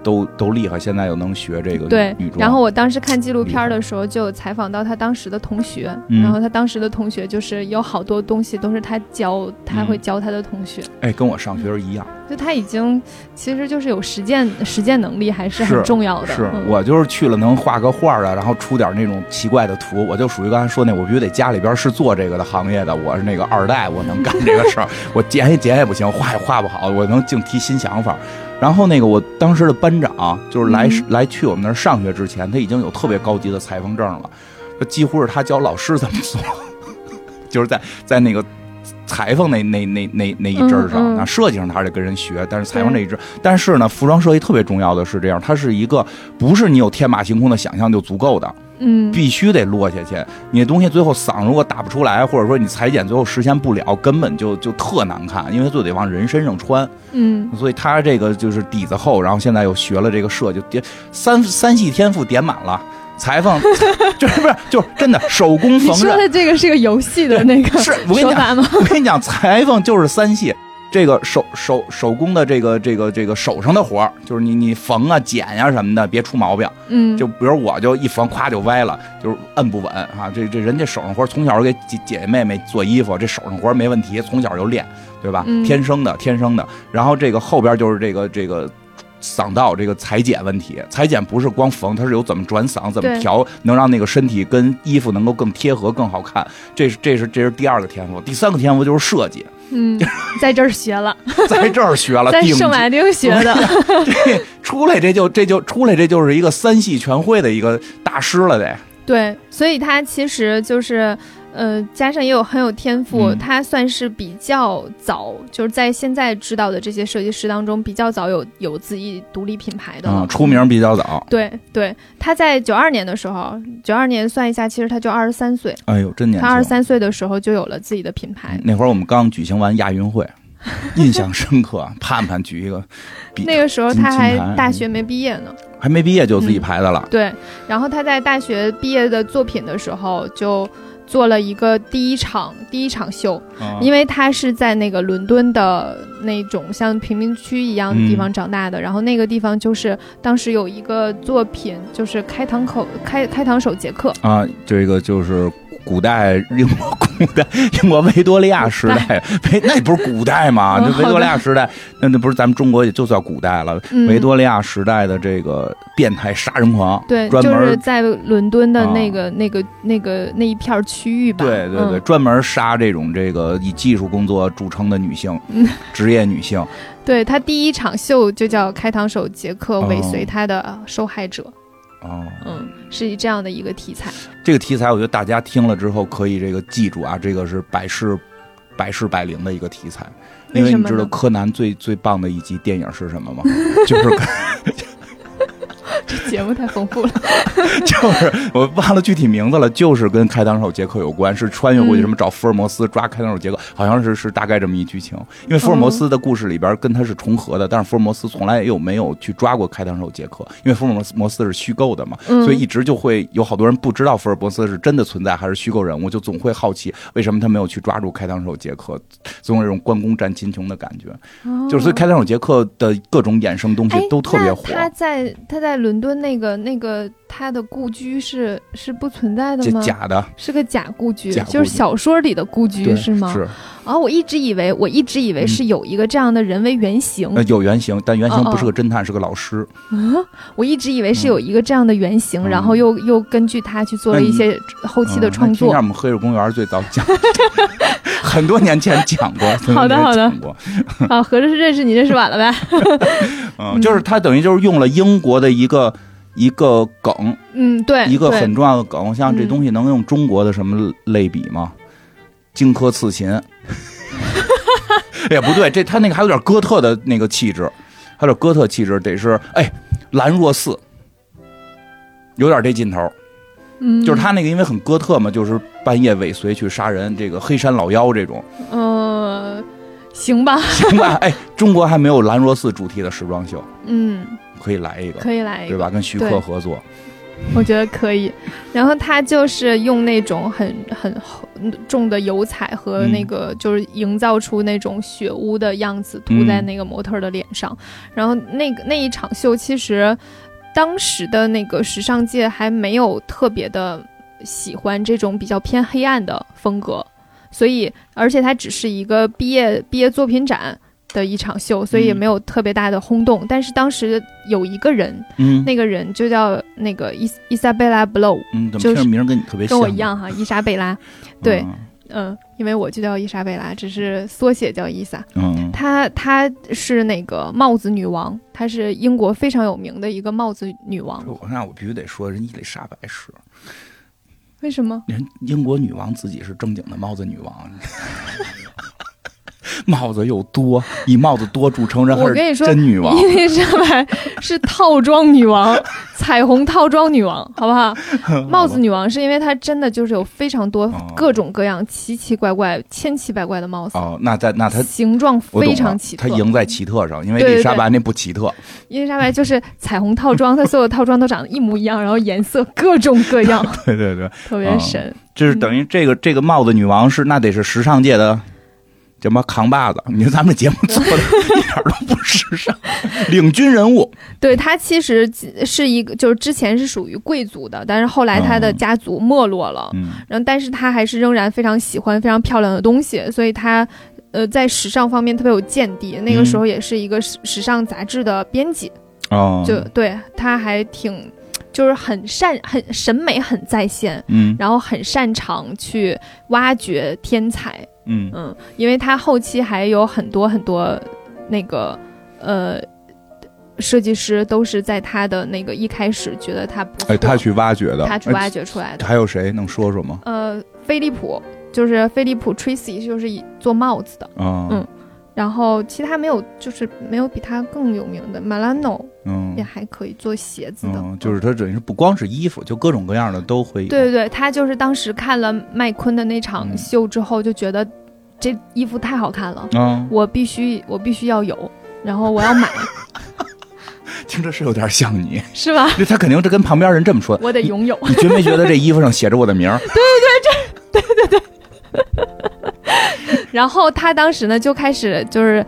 Speaker 2: 都都厉害，现在又能学这个
Speaker 1: 对
Speaker 2: 女，装。
Speaker 1: 然后我当时看纪录片儿的时候，就有采访到他当时的同学，
Speaker 2: 嗯
Speaker 1: 然后他当时的同学就是有好多东西都是他教，他
Speaker 2: 嗯
Speaker 1: 会教他的同学，
Speaker 2: 哎，跟我上学时一样，
Speaker 1: 就他已经其实就是有实践实践能力还是
Speaker 2: 是
Speaker 1: 很重要的。
Speaker 2: 是
Speaker 1: 嗯
Speaker 2: 我就是去了能画个画的，然后出点那种奇怪的图，我就属于刚才说那，我必须得家里边是做这个的行业的，我是那个二代，我能干这个 事儿，我剪也剪也不行，画也画不好，我能净提新想法。然后那个我当时的班长就是来、
Speaker 1: 嗯
Speaker 2: 来去我们那儿上学之前，他已经有特别高级的裁缝 证了，就几乎是他教老师怎么做，就是在在那个。裁缝那那那那那一支儿上，
Speaker 1: 嗯嗯
Speaker 2: 那设计上他是得跟人学，但是裁缝这
Speaker 1: 对
Speaker 2: 一支，但是呢，服装设计特别重要的是这样，它是一个不是你有天马行空的想象就足够的，
Speaker 1: 嗯，
Speaker 2: 必须得落下去。你的东西最后嗓如果打不出来，或者说你裁剪最后实现不了，根本就就特难看，因为就得往人身上穿。
Speaker 1: 嗯
Speaker 2: 所以他这个就是底子厚，然后现在又学了这个设计，点三三系天赋点满了。裁缝 就是不是就是真的手工
Speaker 1: 你
Speaker 2: 缝
Speaker 1: 说
Speaker 2: 纫
Speaker 1: 的这个是个游戏的那个
Speaker 2: 是我跟你
Speaker 1: 手
Speaker 2: 讲，
Speaker 1: 法吗？
Speaker 2: 我跟你讲，裁缝就是三系。这个手手手工的这个这个这个手上的活儿，就是你你缝啊、剪呀、什么的，别出毛病。
Speaker 1: 嗯，
Speaker 2: 就比如我就一缝，咵就歪了，就是摁不稳啊。这这人家手上活儿从小给姐姐姐妹妹做衣服，这手上活儿没问题，从小就练，对吧？
Speaker 1: 嗯
Speaker 2: 天生的，天生的。然后这个后边就是这个这个嗓道这个裁剪问题，裁剪不是光缝，它是有怎么转嗓，怎么
Speaker 1: 对
Speaker 2: 调，能让那个身体跟衣服能够更贴合、更好看。这是这是这是第二个天赋，第三个天赋就是 设计，
Speaker 1: 嗯，在这儿学了，
Speaker 2: 在这儿学了，
Speaker 1: 在
Speaker 2: 顶级
Speaker 1: 圣马丁学 的，
Speaker 2: 这出来这就这就出来这就是一个三系全会的一个大师了得。
Speaker 1: 对，所以他其实就是，呃，加上也有很有天赋，
Speaker 2: 嗯
Speaker 1: 他算是比较早，就是在现在知道的这些设计师当中，比较早有有自己独立品牌的了、
Speaker 2: 嗯，出名比较早。
Speaker 1: 对对，他在九二年的时候，九二年算一下，其实他就二十三岁，
Speaker 2: 哎呦，真年
Speaker 1: 他
Speaker 2: 轻！
Speaker 1: 二十三哎岁的时候就有了自己的品牌
Speaker 2: 嗯。那会儿我们刚举行完亚运 会，印象深刻。盼盼举一个比
Speaker 1: 那个时候
Speaker 2: 金
Speaker 1: 他
Speaker 2: 金
Speaker 1: 还
Speaker 2: 牌嗯
Speaker 1: 大学没毕业呢，
Speaker 2: 还没毕业就自己排的了。
Speaker 1: 对。然后他在大学毕业的作品的时候，就做了一个第一场第一场秀，嗯因
Speaker 2: 为
Speaker 1: 为他是在那个伦敦的那种像贫民区一样的地
Speaker 2: 嗯
Speaker 1: 方长大的，然后那个地方就是当时有一个作品，就是开膛口开开膛手杰克，
Speaker 2: 啊，这个就是古代英国 古代英国维多利亚时代，维那不是古代吗？
Speaker 1: 嗯
Speaker 2: 那
Speaker 1: 好
Speaker 2: 维
Speaker 1: 的
Speaker 2: 多利亚时代，那那不是咱们中国也就算古代了。
Speaker 1: 嗯，
Speaker 2: 维多利亚时代的这个变态杀人狂，
Speaker 1: 对，
Speaker 2: 专
Speaker 1: 就
Speaker 2: 门啊
Speaker 1: 是在伦敦的那个、那个那个那一片儿区域吧，
Speaker 2: 对对对，
Speaker 1: 嗯
Speaker 2: 专门杀这种这个以技术工作著称的女性
Speaker 1: 嗯，
Speaker 2: 职业女性。
Speaker 1: 对他第一场秀就叫开膛手杰克
Speaker 2: 哦
Speaker 1: 尾随他的受害者，
Speaker 2: 哦，
Speaker 1: 嗯，是以这样的一个题材，
Speaker 2: 这个题材，我觉得大家听了之后可以这个记住啊，这个是百试百试百灵的一个题材，因
Speaker 1: 为
Speaker 2: 为
Speaker 1: 什
Speaker 2: 你
Speaker 1: 么
Speaker 2: 知 道
Speaker 1: 呢？
Speaker 2: 柯南最最棒的一集电影是什么吗？ 就是
Speaker 1: 这节目太丰富了，
Speaker 2: 就是我忘了具体名字了，就是跟开膛手杰克有关，是穿越过去
Speaker 1: 嗯
Speaker 2: 什么找福尔摩斯抓开膛手杰克，好像是是大概这么一剧情。因为福尔摩斯的故事里边跟他是重合的，但是福尔摩斯从来又没有去抓过开膛手杰克，因为福尔摩斯摩斯是虚构的嘛，
Speaker 1: 嗯
Speaker 2: 所以一直就会有好多人不知道福尔摩斯是真的存在还是虚构人物，就总会好奇为什么他没有去抓住开膛手杰克，总有一种关公战秦琼的感觉。就是所以
Speaker 1: 哦
Speaker 2: 开膛手杰克的各种衍生东西
Speaker 1: 哎，
Speaker 2: 都特别
Speaker 1: 那
Speaker 2: 火。
Speaker 1: 他在他在伦敦那个那个他的故居是是不存在的
Speaker 2: 这
Speaker 1: 吗？
Speaker 2: 假的，
Speaker 1: 是个假故居，
Speaker 2: 假故居
Speaker 1: 就是小说里的故居
Speaker 2: 对，
Speaker 1: 是吗？
Speaker 2: 是，
Speaker 1: 哦，我一直以为我一直以为
Speaker 2: 嗯
Speaker 1: 是有一个这样的人为原型，
Speaker 2: 呃，有原型，但原型
Speaker 1: 哦哦
Speaker 2: 不是个侦探，是个老
Speaker 1: 哦
Speaker 2: 师。
Speaker 1: 我一直以为是
Speaker 2: 嗯
Speaker 1: 有一个这样的原型，
Speaker 2: 嗯
Speaker 1: 然后又又根据他去做了
Speaker 2: 那你
Speaker 1: 一些后期的
Speaker 2: 嗯
Speaker 1: 创
Speaker 2: 那听一
Speaker 1: 作
Speaker 2: 下。我们黑水公园最早讲， 很多年前讲过。很多
Speaker 1: 好的
Speaker 2: 年前
Speaker 1: 好的
Speaker 2: 讲过，
Speaker 1: 啊，合着是认识你认识晚了呗？
Speaker 2: 嗯，就是他等于就是用了英国的一个一个梗，
Speaker 1: 嗯，对，
Speaker 2: 一个
Speaker 1: 对
Speaker 2: 很重要的梗。我想想这
Speaker 1: 嗯
Speaker 2: 东西能用中国的什么类比吗？荆轲刺秦。 哎也不对，这他那个还有点哥特的那个气质，还有点哥特气质，得是哎，兰若寺，有点这劲头。
Speaker 1: 嗯，
Speaker 2: 就是他那个，因为很哥特嘛，就是半夜尾随去杀人，这个黑山老妖这种，
Speaker 1: 呃，行吧，
Speaker 2: 行吧？哎，中国还没有兰若寺主题的时装秀，
Speaker 1: 嗯，
Speaker 2: 可以来一个，
Speaker 1: 可以来一
Speaker 2: 对
Speaker 1: 个，
Speaker 2: 吧？跟徐克
Speaker 1: 对
Speaker 2: 合作，
Speaker 1: 我觉得可以。然后他就是用那种很很厚重的油彩和
Speaker 2: 嗯
Speaker 1: 那个，就是营造出那种雪屋的样子，涂
Speaker 2: 嗯
Speaker 1: 在那个模特儿的脸上。然后那个那一场秀，其实当时的那个时尚界还没有特别的喜欢这种比较偏黑暗的风格，所以而且它只是一个毕业毕业作品展。的一场秀，所以也
Speaker 2: 嗯
Speaker 1: 没有特别大的轰动。但是当时有一个人，
Speaker 2: 嗯
Speaker 1: 那个人就叫那个伊伊莎贝拉·布 w
Speaker 2: 嗯，怎么
Speaker 1: 就
Speaker 2: 听
Speaker 1: 是
Speaker 2: 着名儿跟你特别像？
Speaker 1: 跟我一，样哈，伊莎贝拉，对
Speaker 2: 嗯，
Speaker 1: 嗯，因为我就叫伊莎贝拉，只是缩写叫伊莎。
Speaker 2: 嗯，
Speaker 1: 她她是那个帽子女王，她是英国非常有名的一个帽子女王。
Speaker 2: 我那我必须得说，人伊丽莎白是
Speaker 1: 为什么？
Speaker 2: 人英国女王自己是正经的帽子女王， 帽子又多，以帽子多著称，人还
Speaker 1: 我跟你
Speaker 2: 是
Speaker 1: 说
Speaker 2: 真女王。
Speaker 1: 因为上来是套装女王， 彩虹套装女王，好不 好？帽子女王是因为她真的就是有非常多
Speaker 2: 哦
Speaker 1: 各种各样、奇奇怪怪、千奇百怪的帽子，
Speaker 2: 哦，那在那他
Speaker 1: 形状
Speaker 2: 我懂
Speaker 1: 非常
Speaker 2: 了
Speaker 1: 奇
Speaker 2: 他
Speaker 1: 特。
Speaker 2: 赢在奇特上，因为
Speaker 1: 对
Speaker 2: 丽
Speaker 1: 对
Speaker 2: 莎
Speaker 1: 对
Speaker 2: 白那不奇特，
Speaker 1: 伊丽莎白就是彩虹套装，她所有套装都长得一模一样，然后颜色各种各 样，
Speaker 2: 对对对，
Speaker 1: 特别神。
Speaker 2: 就是等于这个这个帽子女王是那得是时尚界的什么扛把子？你说咱们节目做 的一点儿都不时尚，领军人物
Speaker 1: 对她其实是一个，就是之前是属于贵族的，但是后来她的
Speaker 2: 嗯
Speaker 1: 家族没落了，
Speaker 2: 嗯，
Speaker 1: 然后，但是她还是仍然非常喜欢非常漂亮的东西，所以她，呃，在时尚方面特别有见地。那个时候也是一个时时尚杂志的编辑，
Speaker 2: 嗯哦，
Speaker 1: 就对她还挺，就是很善很审美很在线，
Speaker 2: 嗯
Speaker 1: 然后很擅长去挖掘天才。
Speaker 2: 嗯
Speaker 1: 嗯，因为她后期还有很多很多那个呃。设计师都是在她的那个一开始觉得她不错，
Speaker 2: 哎，他去挖掘的，
Speaker 1: 她去挖
Speaker 2: 哎
Speaker 1: 掘出来的。
Speaker 2: 还有谁能说说吗？
Speaker 1: 呃，飞利浦就是飞利浦 Tracy 就是以做帽子的，
Speaker 2: 啊，
Speaker 1: 嗯然后其他没有，就是没有比他更有名的。Milano
Speaker 2: 嗯
Speaker 1: 也还可以做鞋子的，
Speaker 2: 嗯，就是他等于是不光是衣服，就各种各样的都会有。
Speaker 1: 对对对，他就是当时看了麦昆的那场
Speaker 2: 嗯
Speaker 1: 秀之后，就觉得这衣服太好看了，
Speaker 2: 嗯，
Speaker 1: 我必须我必须要有，然后我要买，
Speaker 2: 听着是有点像你，
Speaker 1: 是吧？
Speaker 2: 这他肯定是跟旁边人这么说。
Speaker 1: 我得拥有。
Speaker 2: 你觉没觉得这衣服上写着我的名儿？
Speaker 1: 然后他当时呢就开始就是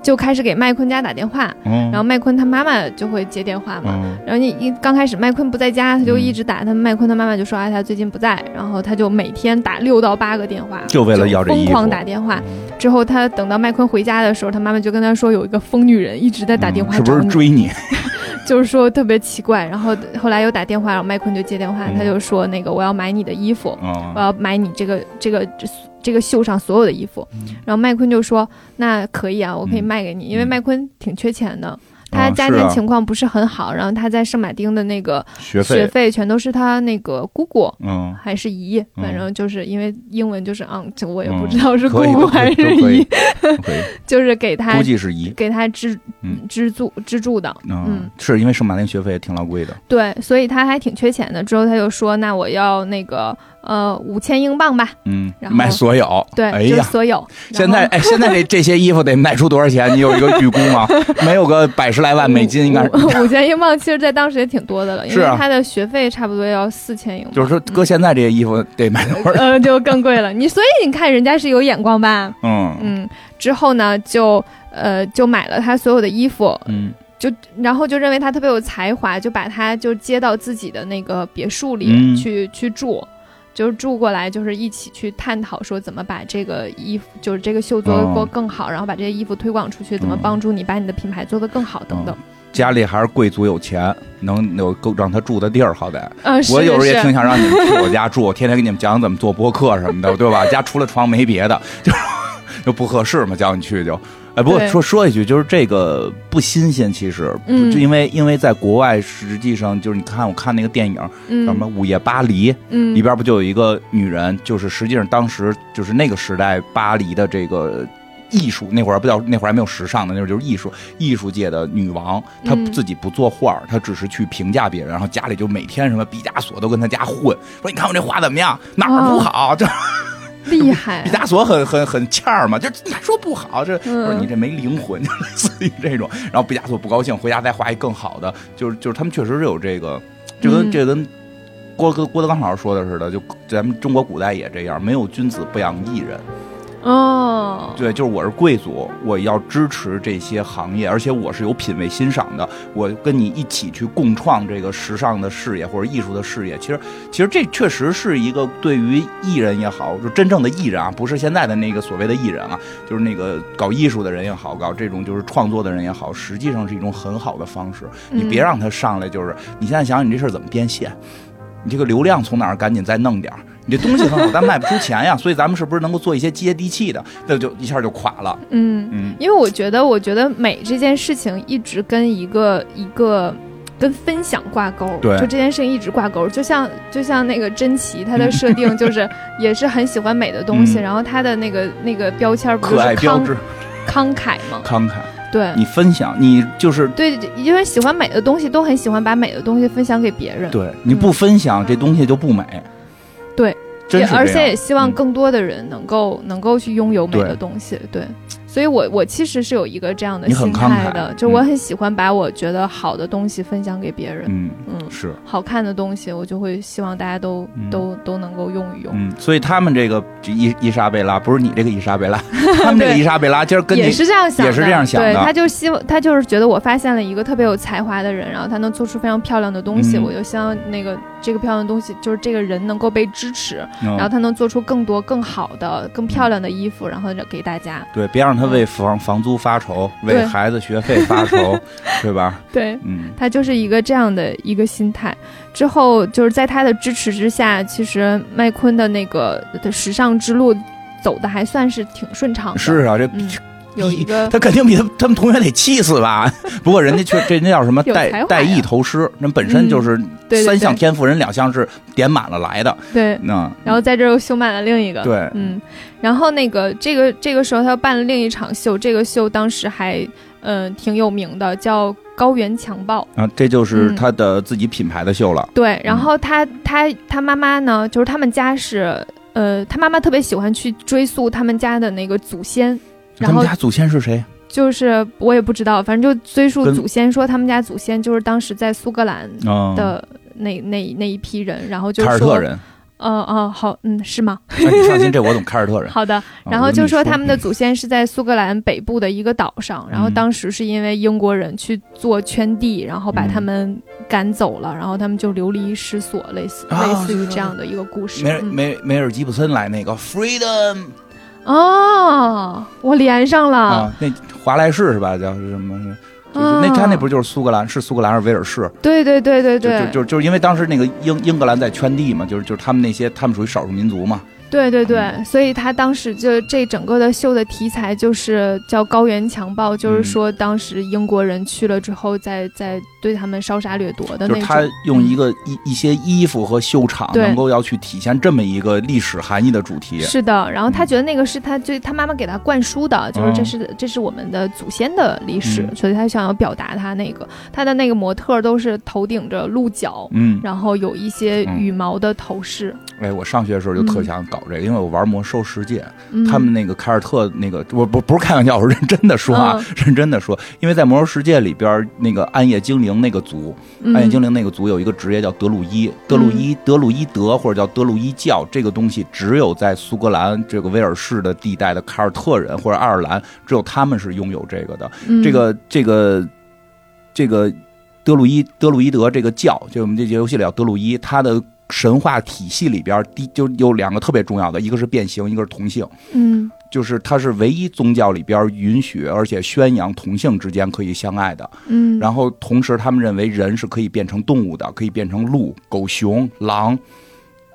Speaker 1: 就开始给麦昆家打电话，
Speaker 2: 嗯，
Speaker 1: 然后麦昆他妈妈就会接电话嘛，
Speaker 2: 嗯
Speaker 1: 然后你一刚开始麦昆不在家，他就
Speaker 2: 嗯
Speaker 1: 一直打他。麦昆他妈妈就说：“哎，他最近不在。”然后他就每天打六到八个电话，
Speaker 2: 就为了要这衣服
Speaker 1: 疯狂打电话。之后他等到麦昆回家的时候，他妈妈就跟他说有一个疯女人一直在打电话
Speaker 2: 嗯是不
Speaker 1: 找
Speaker 2: 是
Speaker 1: 你，
Speaker 2: 追你？
Speaker 1: 就是说特别奇怪。然后后来又打电话，然后麦昆就接电话，
Speaker 2: 嗯
Speaker 1: 他就说：“那个我要买你的衣服，我
Speaker 2: 嗯，
Speaker 1: 要买你这个这个这这个秀上所有的衣服。
Speaker 2: 嗯”
Speaker 1: 然后麦昆就说：“那可以啊，我可以
Speaker 2: 嗯
Speaker 1: 卖给你，因为
Speaker 2: 嗯
Speaker 1: 麦昆挺缺钱的。”
Speaker 2: 啊
Speaker 1: 他家
Speaker 2: 是
Speaker 1: 庭
Speaker 2: 啊
Speaker 1: 情况不是很好，然后他在圣马丁的那个
Speaker 2: 学
Speaker 1: 学
Speaker 2: 费，
Speaker 1: 费全都是他那个姑姑
Speaker 2: 嗯，
Speaker 1: 还是姨，
Speaker 2: 嗯
Speaker 1: 反正就是因为英文就是嗯，这我也
Speaker 2: 嗯
Speaker 1: 不知道是姑
Speaker 2: 可以
Speaker 1: 姑
Speaker 2: 的可
Speaker 1: 还
Speaker 2: 以
Speaker 1: 是
Speaker 2: 都可以
Speaker 1: 姨，
Speaker 2: 可 以，
Speaker 1: 就是给他
Speaker 2: 估计是一。
Speaker 1: 给他支
Speaker 2: 嗯
Speaker 1: 支助支柱的，
Speaker 2: 嗯
Speaker 1: 嗯，
Speaker 2: 是因为圣马丁学费也挺老贵的，
Speaker 1: 对，所以他还挺缺钱的。之后他就说，那我要那个呃五千英镑吧，
Speaker 2: 嗯，
Speaker 1: 然后
Speaker 2: 买所有，
Speaker 1: 对，
Speaker 2: 哎
Speaker 1: 就是
Speaker 2: 呀，
Speaker 1: 所有。
Speaker 2: 现在 哎，现在这这些衣服得卖出多少钱？你有一个预估吗？没有个百十来万美金，应该是
Speaker 1: 五五千英镑，其实在当时也挺多的了，因
Speaker 2: 是
Speaker 1: 为
Speaker 2: 啊
Speaker 1: 他的学费差不多要四千英镑，
Speaker 2: 就是说，搁现在这些衣服得买多少？
Speaker 1: 呃就更贵了。你所以你看人家是有眼光吧？
Speaker 2: 嗯
Speaker 1: 嗯，之后呢，就呃就买了他所有的衣服，
Speaker 2: 嗯
Speaker 1: 就然后就认为他特别有才华，就把他就接到自己的那个别墅
Speaker 2: 嗯
Speaker 1: 里去、去住，就是住过来，就是一起去探讨说怎么把这个衣服，就是这个秀做得
Speaker 2: 哦
Speaker 1: 更好，然后把这些衣服推广出去，怎么
Speaker 2: 嗯
Speaker 1: 帮助你把你的品牌做得更好等等。
Speaker 2: 家里还是贵族有钱，能有够让他住的地儿，好歹。
Speaker 1: 嗯，是
Speaker 2: 我有时候
Speaker 1: 是
Speaker 2: 也挺
Speaker 1: 是，
Speaker 2: 想让你们去我家住，我天天给你们讲怎么做播客什么的，对吧？家除了床没别的， 就是就不合适嘛，叫你去就。哎，不过
Speaker 1: 对
Speaker 2: 说说一句，就是这个不新鲜，其实，不
Speaker 1: 嗯
Speaker 2: 就因为因为在国外，实际上就是你看，我看那个电影叫什么
Speaker 1: 嗯
Speaker 2: 《午夜巴黎》，
Speaker 1: 嗯，
Speaker 2: 里边不就有一个女人，就是实际上当时就是那个时代巴黎的这个艺术，那会儿不叫那会儿还没有时尚呢，那会儿就是艺术艺术界的女王，她
Speaker 1: 嗯
Speaker 2: 自己不做画儿，她只是去评价别人，然后家里就每天什么毕加索都跟她家混，说你看我这画怎么样，哪儿
Speaker 1: 啊
Speaker 2: 不好？这
Speaker 1: 厉害
Speaker 2: 毕，加索很很很欠儿嘛，就是你还说不好，这
Speaker 1: 嗯
Speaker 2: 不是你这没灵魂， 就类似于这种。然后毕加索不高兴，回家再画一更好的，就是就是他们确实是有这个，这跟、
Speaker 1: 嗯
Speaker 2: 这跟郭哥郭德纲老师说的似的，就咱们中国古代也这样，没有君子不养艺人。
Speaker 1: 哦，
Speaker 2: 对，就是我是贵族，我要支持这些行业，而且我是有品位欣赏的，我跟你一起去共创这个时尚的事业或者艺术的事业。其实，其实这确实是一个对于艺人也好，就真正的艺人啊，不是现在的那个所谓的艺人啊，就是那个搞艺术的人也好，搞这种就是创作的人也好，实际上是一种很好的方式。你别
Speaker 1: 嗯
Speaker 2: 让他上来就是，你现在想想你这事儿怎么变现，你这个流量从哪儿赶紧再弄点儿，你这东西很好，但卖不出钱呀，所以咱们是不是能够做一些接地气的？那就一下就垮了，
Speaker 1: 嗯。
Speaker 2: 嗯
Speaker 1: 因为我觉得，我觉得美这件事情一直跟一个一个跟分享挂钩，
Speaker 2: 对
Speaker 1: 就这件事情一直挂钩。就像就像那个珍奇，她的设定 就是也是很喜欢美的东西，
Speaker 2: 嗯
Speaker 1: 然后她的那个那个标签儿不
Speaker 2: 可
Speaker 1: 就
Speaker 2: 爱
Speaker 1: 是嗯
Speaker 2: 标
Speaker 1: 慷
Speaker 2: 志，
Speaker 1: 慷慨吗？
Speaker 2: 慷慨。
Speaker 1: 对
Speaker 2: 你分享，你就是
Speaker 1: 对，因为喜欢美的东西都很喜欢把美的东西分享给别人，
Speaker 2: 对，你不分享这东西就不美。
Speaker 1: 嗯对，
Speaker 2: 真是
Speaker 1: 也而
Speaker 2: 这
Speaker 1: 且
Speaker 2: 样。
Speaker 1: 也希望
Speaker 2: 嗯
Speaker 1: 更多的人能够、能够去拥有美
Speaker 2: 对
Speaker 1: 的东西，对。所以我，我其实是有一个这样的
Speaker 2: 你很
Speaker 1: 心态
Speaker 2: 慷慨
Speaker 1: 的，就我
Speaker 2: 嗯
Speaker 1: 很喜欢把我觉得好的东西分享给别人，
Speaker 2: 嗯，
Speaker 1: 嗯，
Speaker 2: 是。
Speaker 1: 好看的东西，我就会希望大家都、
Speaker 2: 嗯
Speaker 1: 都都能够用一用。
Speaker 2: 嗯，所以他们这个这伊伊莎贝拉不是你这个伊莎 贝拉，他们这个伊莎贝拉今儿跟
Speaker 1: 也
Speaker 2: 你
Speaker 1: 是这样想的，
Speaker 2: 也是这样想的
Speaker 1: 对，他就希望他就是觉得我发现了一个特别有才华的人，然后他能做出非常漂亮的东西，
Speaker 2: 嗯
Speaker 1: 我就希望那个这个漂亮的东西就是这个人能够被支持，然后
Speaker 2: 嗯，
Speaker 1: 他能做出更多更好的、更漂亮的衣服，然后给大家。
Speaker 2: 对，别让他为房房租发愁，为
Speaker 1: 对
Speaker 2: 孩子学费发 愁，对吧？
Speaker 1: 对，
Speaker 2: 嗯
Speaker 1: 他就是一个这样的一个心态。之后就是在他的支持之下，其实麦昆的那个的时尚之路走的还算是挺顺畅的。
Speaker 2: 是，啊，这
Speaker 1: 嗯，有一 个
Speaker 2: 他肯定比他他们同学得气死吧？ 不过人家却这人家叫什么
Speaker 1: 有才华
Speaker 2: 带
Speaker 1: 呀嗯
Speaker 2: 带艺投师，人本身就是
Speaker 1: 对对
Speaker 2: 三项
Speaker 1: 对
Speaker 2: 天赋，人两项是点满了来的。
Speaker 1: 对，
Speaker 2: 那
Speaker 1: 然后在这儿又修满了另一个。
Speaker 2: 对，
Speaker 1: 嗯，然后那个这个这个时候他又办了另一场秀，这个秀当时还嗯、呃挺有名的，叫高原强暴。
Speaker 2: 啊，这就是
Speaker 1: 嗯
Speaker 2: 他的自己品牌的秀了。
Speaker 1: 对，然
Speaker 2: 嗯
Speaker 1: 后他他他妈妈呢，就是他们家是呃，他妈妈特别喜欢去追溯他们家的那个祖先。然
Speaker 2: 他
Speaker 1: 后
Speaker 2: 们家祖先是谁？
Speaker 1: 就是我也不知道，反正就追溯
Speaker 2: 跟
Speaker 1: 祖先，说他们家祖先就是当时在苏格兰
Speaker 2: 嗯，
Speaker 1: 的那、那那一批人，然后就
Speaker 2: 凯尔
Speaker 1: 说
Speaker 2: 特，人。
Speaker 1: 呃哦好，嗯是吗？
Speaker 2: 哎你放心，这我懂凯尔特人。
Speaker 1: 好的，
Speaker 2: 啊
Speaker 1: 然后
Speaker 2: 我这么
Speaker 1: 就
Speaker 2: 一说
Speaker 1: 说他们的祖先是在苏格兰北部的一个岛上，然
Speaker 2: 嗯
Speaker 1: 后当时是因为英国人去做圈地，然后把
Speaker 2: 嗯
Speaker 1: 他们赶走了，然后他们就流离失所，类似、
Speaker 2: 啊
Speaker 1: 类似
Speaker 2: 是
Speaker 1: 于
Speaker 2: 是
Speaker 1: 这样的一个故事
Speaker 2: 梅。尔
Speaker 1: 嗯
Speaker 2: 梅梅尔吉普森来那个 Freedom
Speaker 1: 哦，我连上了，
Speaker 2: 啊，那华莱士是吧？叫是什么？就是
Speaker 1: 啊
Speaker 2: 那他那不就是苏格兰？是苏格兰还是威尔士？
Speaker 1: 对对对对
Speaker 2: 就
Speaker 1: 对，
Speaker 2: 就就就是因为当时那个英英格兰在圈地嘛，就是就是他们那些他们属于少数民族嘛。
Speaker 1: 对对对，
Speaker 2: 嗯
Speaker 1: 所以他当时就这整个的秀的题材就是叫高原强暴，
Speaker 2: 嗯
Speaker 1: 就是说当时英国人去了之后再，再对他们烧杀掠夺的
Speaker 2: 就
Speaker 1: 那种。嗯
Speaker 2: 是他用一个一一些衣服和秀场，
Speaker 1: 对
Speaker 2: 能够要去体现这么一个历史含义的主题。
Speaker 1: 是的，然后
Speaker 2: 嗯
Speaker 1: 他觉得那个是他就他妈妈给他灌输的，就是这是、这是我们的祖先的历史，
Speaker 2: 嗯
Speaker 1: 所以他想要表达他那个他的那个模特都是头顶着鹿角，
Speaker 2: 嗯，
Speaker 1: 然后有一些
Speaker 2: 嗯
Speaker 1: 羽毛的头饰。
Speaker 2: 哎，我上学的时候就特
Speaker 1: 嗯
Speaker 2: 想搞这个，因为我玩魔兽世界，
Speaker 1: 嗯，
Speaker 2: 他们那个凯尔特那个，我不不是开玩笑，我是认真的说啊，
Speaker 1: 嗯
Speaker 2: 认真的说，因为在魔兽世界里边儿，那个暗夜精灵那个族，暗夜精
Speaker 1: 嗯
Speaker 2: 灵那个族有一个职业叫德鲁伊，德鲁伊、德鲁伊德或者叫德鲁伊教，这个东西只有在苏格兰这个威尔士的地带的凯尔特人或者爱尔兰，只有他们是拥有这个的。
Speaker 1: 嗯
Speaker 2: 这个这个这个德鲁伊德鲁伊德这个教，就我们这节游戏里叫德鲁伊，他的神话体系里边儿，第就有两个特别重要的，一个是变形，一个是同性。
Speaker 1: 嗯
Speaker 2: 就是它是唯一宗教里边允许而且宣扬同性之间可以相爱的。
Speaker 1: 嗯，
Speaker 2: 然后同时，他们认为人是可以变成动物的，可以变成鹿、狗熊、狼，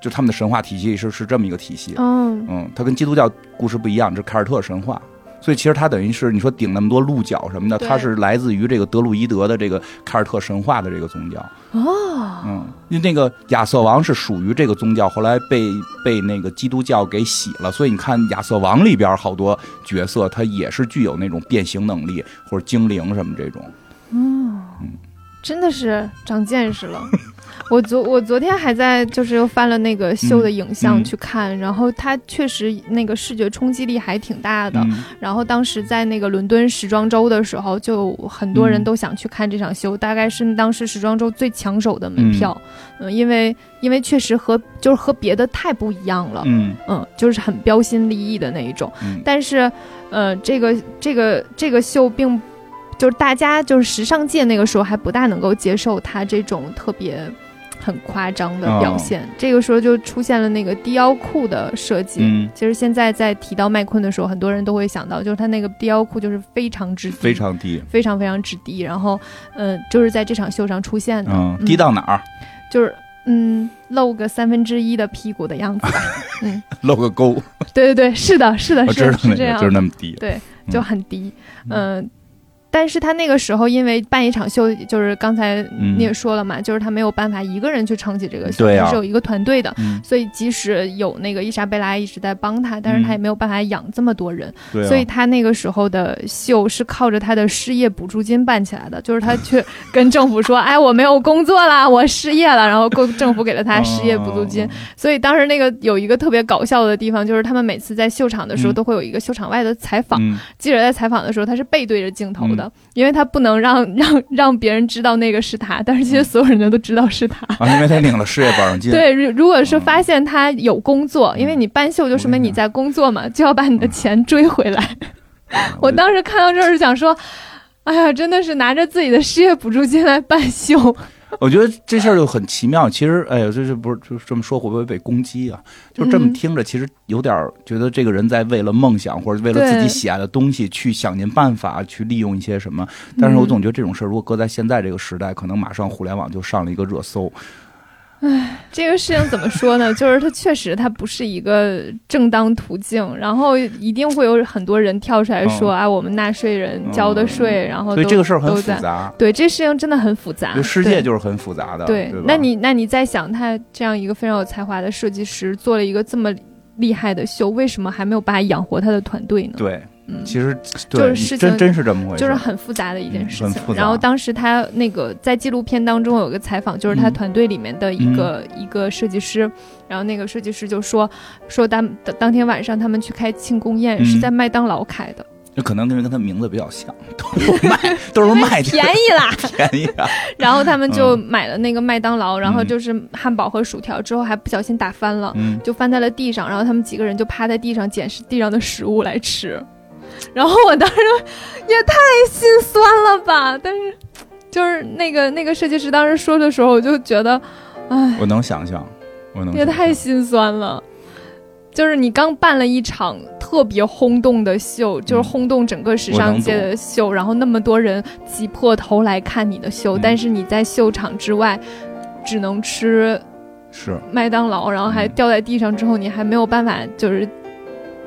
Speaker 2: 就他们的神话体系是是这么一个体系。
Speaker 1: 嗯
Speaker 2: 嗯，它跟基督教故事不一样，这是凯尔特神话。所以其实它等于是你说顶那么多鹿角什么的，
Speaker 1: 对
Speaker 2: 它是来自于这个德路伊德的这个凯尔特神话的这个宗教。
Speaker 1: 哦
Speaker 2: 嗯，因为那个亚瑟王是属于这个宗教，后来被被那个基督教给洗了，所以你看亚瑟王里边好多角色，他也是具有那种变形能力或者精灵什么这种。
Speaker 1: 真的是长见识了。 我昨我昨天还在就是又翻了那个秀的影
Speaker 2: 嗯
Speaker 1: 像
Speaker 2: 嗯
Speaker 1: 去看，然后它确实那个视觉冲击力还挺大的。
Speaker 2: 嗯，
Speaker 1: 然后当时在那个伦敦时装周的时候，就很多
Speaker 2: 嗯
Speaker 1: 人都想去看这场秀，大概是当时时装周最抢手的门票。嗯，因为因为确实和就是和别的太不一样了，
Speaker 2: 嗯
Speaker 1: 嗯，就是很标新立异的那一种。
Speaker 2: 嗯
Speaker 1: 但是，呃，这个这个这个秀并就是大家就是时尚界那个时候还不大能够接受他这种特别很夸张的
Speaker 2: 哦
Speaker 1: 表现。这个时候就出现了那个低腰裤的设计。
Speaker 2: 嗯，
Speaker 1: 其实现在在提到麦昆的时候，很多人都会想到，就是他那个低腰裤就是非常之低
Speaker 2: 非常低，
Speaker 1: 非常非常之低，然后，嗯、就是在这场秀上出现的，
Speaker 2: 嗯，低到哪儿？
Speaker 1: 就是嗯露个三分之一的屁股的样子。
Speaker 2: 露个沟，
Speaker 1: 对对对，是的，是的，
Speaker 2: 我
Speaker 1: 是
Speaker 2: 知道那
Speaker 1: 是这
Speaker 2: 个
Speaker 1: 样
Speaker 2: 就是
Speaker 1: 的
Speaker 2: 那么低。
Speaker 1: 对，就很低。嗯、但是他那个时候因为办一场秀，就是刚才
Speaker 2: 嗯
Speaker 1: 你也说了嘛，就是他没有办法一个人去撑起这个秀，
Speaker 2: 对啊
Speaker 1: 他是有一个团队的。
Speaker 2: 嗯，
Speaker 1: 所以即使有那个伊莎贝拉一直在帮他，但是他也没有办法养这么多人，
Speaker 2: 嗯对啊，
Speaker 1: 所以他那个时候的秀是靠着他的失业补助金办起来的，就是他去跟政府说：“哎，我没有工作啦，我失业了。”然后够政府给了他失业补助金
Speaker 2: 嗯。，
Speaker 1: 所以当时那个有一个特别搞笑的地方，就是他们每次在秀场的时候
Speaker 2: 嗯
Speaker 1: 都会有一个秀场外的采访，
Speaker 2: 嗯
Speaker 1: 记者在采访的时候他是背对着镜头的，因为他不能让让让别人知道那个是他，但是其实所有人都知道是 他。
Speaker 2: 啊，因为他领了失业保障金，
Speaker 1: 对，如如果是发现他有工
Speaker 2: 哦
Speaker 1: 作，因为你办秀就说明你在工作嘛，就要把你的钱追回来。
Speaker 2: 嗯，
Speaker 1: 我当时看到这儿就想说，哎呀，真的是拿着自己的失业补助金来办秀，
Speaker 2: 我觉得这事儿就很奇妙。其实，哎呀，这这不是就这么说会不会被攻击啊？就这么
Speaker 1: 嗯
Speaker 2: 听着，其实有点儿觉得这个人在为了梦想或者为了自己
Speaker 1: 对
Speaker 2: 喜爱的东西去想尽办法去利用一些什么。但
Speaker 1: 嗯
Speaker 2: 是我总觉得这种事儿，如果搁在现在这个时代，可能马上互联网就上了一个热搜。
Speaker 1: 这个事情怎么说呢？就是它确实它不是一个正当途径，然后一定会有很多人跳出来说，
Speaker 2: 嗯
Speaker 1: 啊，我们纳税人交的税，然后
Speaker 2: 哦所以
Speaker 1: 都
Speaker 2: 这个事儿很
Speaker 1: 都
Speaker 2: 复
Speaker 1: 在。
Speaker 2: 杂，
Speaker 1: 对，这事情真的很复杂
Speaker 2: 就。世界
Speaker 1: 对
Speaker 2: 就是很复杂的。
Speaker 1: 对
Speaker 2: 对吧，，
Speaker 1: 那你那你在想，他这样一个非常有才华的设计师，做了一个这么厉害的秀，为什么还没有办法养活他的团队呢？
Speaker 2: 对，
Speaker 1: 嗯，
Speaker 2: 其实
Speaker 1: 就
Speaker 2: 对，
Speaker 1: 是
Speaker 2: 你
Speaker 1: 事
Speaker 2: 真
Speaker 1: 情
Speaker 2: 真是这么回事
Speaker 1: 就
Speaker 2: 儿，
Speaker 1: 是很复杂的一件事
Speaker 2: 嗯很
Speaker 1: 情
Speaker 2: 复。杂
Speaker 1: 然后当时他那个在纪录片当中有个采访，就是他
Speaker 2: 嗯
Speaker 1: 团队里面的一个、一个设计师，然后那个设计师就说说当当当天晚上他们去开庆功宴、
Speaker 2: 嗯
Speaker 1: 是在麦当劳开的，
Speaker 2: 就可能跟跟他名字比较像， 都 是卖都是卖这
Speaker 1: 哎便
Speaker 2: 个
Speaker 1: 宜啦。
Speaker 2: 便宜啊。
Speaker 1: 然后他们就
Speaker 2: 嗯
Speaker 1: 买了那个麦当劳，然后
Speaker 2: 嗯
Speaker 1: 就是汉堡和薯条，之后还不小心打翻了。
Speaker 2: 嗯，
Speaker 1: 就翻在了地上，然后他们几个人就趴在地上捡拾地上的食物来吃，然后我当时也太心酸了吧！但是就是那个那个设计师当时说的时候，我就觉得，哎，
Speaker 2: 我能想象，我能
Speaker 1: 也
Speaker 2: 想
Speaker 1: 太
Speaker 2: 象
Speaker 1: 心酸了。就是你刚办了一场特别轰动的秀，就是轰动整个时尚界的秀，然后那么多人挤破头来看你的秀，
Speaker 2: 嗯
Speaker 1: 但是你在秀场之外，只能吃
Speaker 2: 是。
Speaker 1: 麦当劳，然后还
Speaker 2: 嗯
Speaker 1: 掉在地上之后，你还没有办法，就是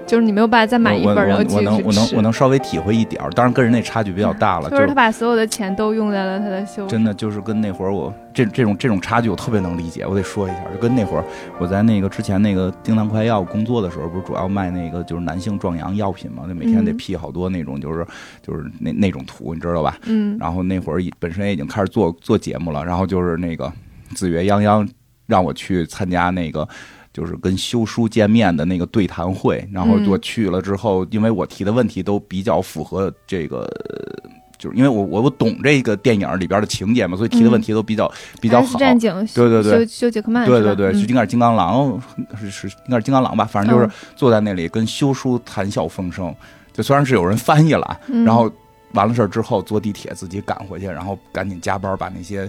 Speaker 1: 就是你没有办法再买一
Speaker 2: 我
Speaker 1: 份
Speaker 2: 我
Speaker 1: 儿，然后继
Speaker 2: 我
Speaker 1: 续
Speaker 2: 能我
Speaker 1: 去
Speaker 2: 能
Speaker 1: 吃
Speaker 2: 我。能稍微体会一点儿，当然跟人那差距比较大了，
Speaker 1: 就是他把所有的钱都用在了他的秀上。
Speaker 2: 真的就是跟那会儿我这这种这种差距我特别能理解，我得说一下，就跟那会儿我在那个之前那个叮当快药工作的时候，不是主要卖那个就是男性壮阳药品嘛，那每天得
Speaker 1: 嗯
Speaker 2: P 好多那种就是、就是那那种图，你知道吧？
Speaker 1: 嗯，
Speaker 2: 然后那会儿已本身也已经开始做做节目了，然后就是那个子曰泱泱让我去参加那个。就是跟修书见面的那个对谈会，然后
Speaker 1: 嗯
Speaker 2: 我去了之后，因为我提的问题都比较符合这个，呃就是因为我我我懂这个电影里边的情节嘛，所以提的问题都比较、比较
Speaker 1: X
Speaker 2: 好。
Speaker 1: 战警，
Speaker 2: 对对对
Speaker 1: 修修杰克曼是吧，
Speaker 2: 对对对，是
Speaker 1: 嗯
Speaker 2: 应该是金刚狼，是是应该是金刚狼吧，反正就是坐在那里跟修书谈笑风生，就虽然是有人翻译了啊，
Speaker 1: 嗯
Speaker 2: 然后完了事儿之后坐地铁自己赶回去，然后赶紧加班把那些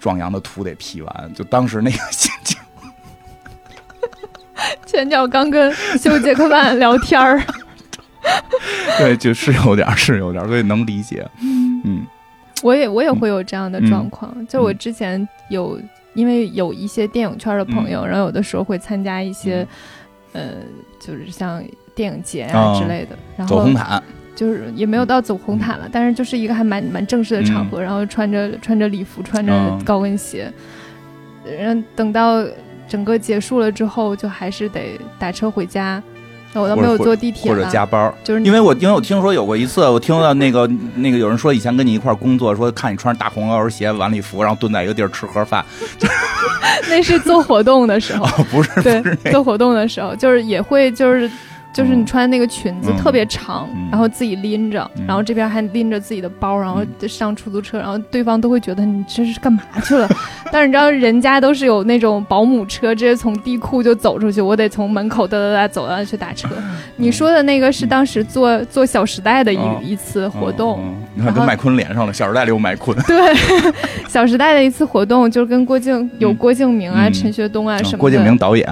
Speaker 2: 壮阳的图得 P 完。就当时 那个心情，
Speaker 1: 前脚刚跟修杰克曼聊天 儿，
Speaker 2: 对，就是有点儿是有点儿，所以能理解。嗯
Speaker 1: 我也我也会有这样的状况，就是我之前有因为有一些电影圈的朋
Speaker 2: 嗯
Speaker 1: 友，然后有的时候会参加一些，呃，就是像电影节啊
Speaker 2: 哦
Speaker 1: 之类的，然
Speaker 2: 走
Speaker 1: 后
Speaker 2: 红毯，
Speaker 1: 就是也
Speaker 2: 嗯
Speaker 1: 没有到走红毯了，但是就是一个还蛮蛮正式的场合，然后穿着穿着礼服，穿着
Speaker 2: 嗯
Speaker 1: 高跟鞋，然后等到整个结束了之后，就还是得打车回家。那我倒
Speaker 2: 或
Speaker 1: 没
Speaker 2: 者
Speaker 1: 有坐地铁
Speaker 2: 或者
Speaker 1: 了，
Speaker 2: 加班儿。
Speaker 1: 就是
Speaker 2: 因为我因为我听说有过一次，我听到那个那个有人说以前跟你一块儿工作，说看你穿着大红高跟鞋、晚礼服，然后蹲在一个地儿吃 盒饭，
Speaker 1: 那 是做活动的时候，
Speaker 2: 哦，不是 不
Speaker 1: 对
Speaker 2: 是那，个，
Speaker 1: 做活动的时候就是也会就是。就是你
Speaker 2: 嗯
Speaker 1: 穿那个裙子
Speaker 2: 嗯
Speaker 1: 特别长，
Speaker 2: 嗯
Speaker 1: 然后自己拎着，
Speaker 2: 嗯
Speaker 1: 然后这边还拎着自己的包，然后
Speaker 2: 嗯
Speaker 1: 上出租车，然后对方都会觉得你这是干嘛去了。 但是你知道人家都是有那种保姆车，直接从地库就走出去，我得从门口哒哒哒走到去打车。
Speaker 2: 嗯
Speaker 1: 你说的那个是当时做做《小时代》的一、
Speaker 2: 哦
Speaker 1: 一次活动，啊
Speaker 2: 嗯，嗯你看跟麦昆脸上了，《小时代》里有麦昆，
Speaker 1: 对， 《小时代》的一次活动就是跟郭敬有
Speaker 2: 嗯
Speaker 1: 郭敬明啊、
Speaker 2: 嗯
Speaker 1: 陈学冬啊什么的，
Speaker 2: 郭敬明导演，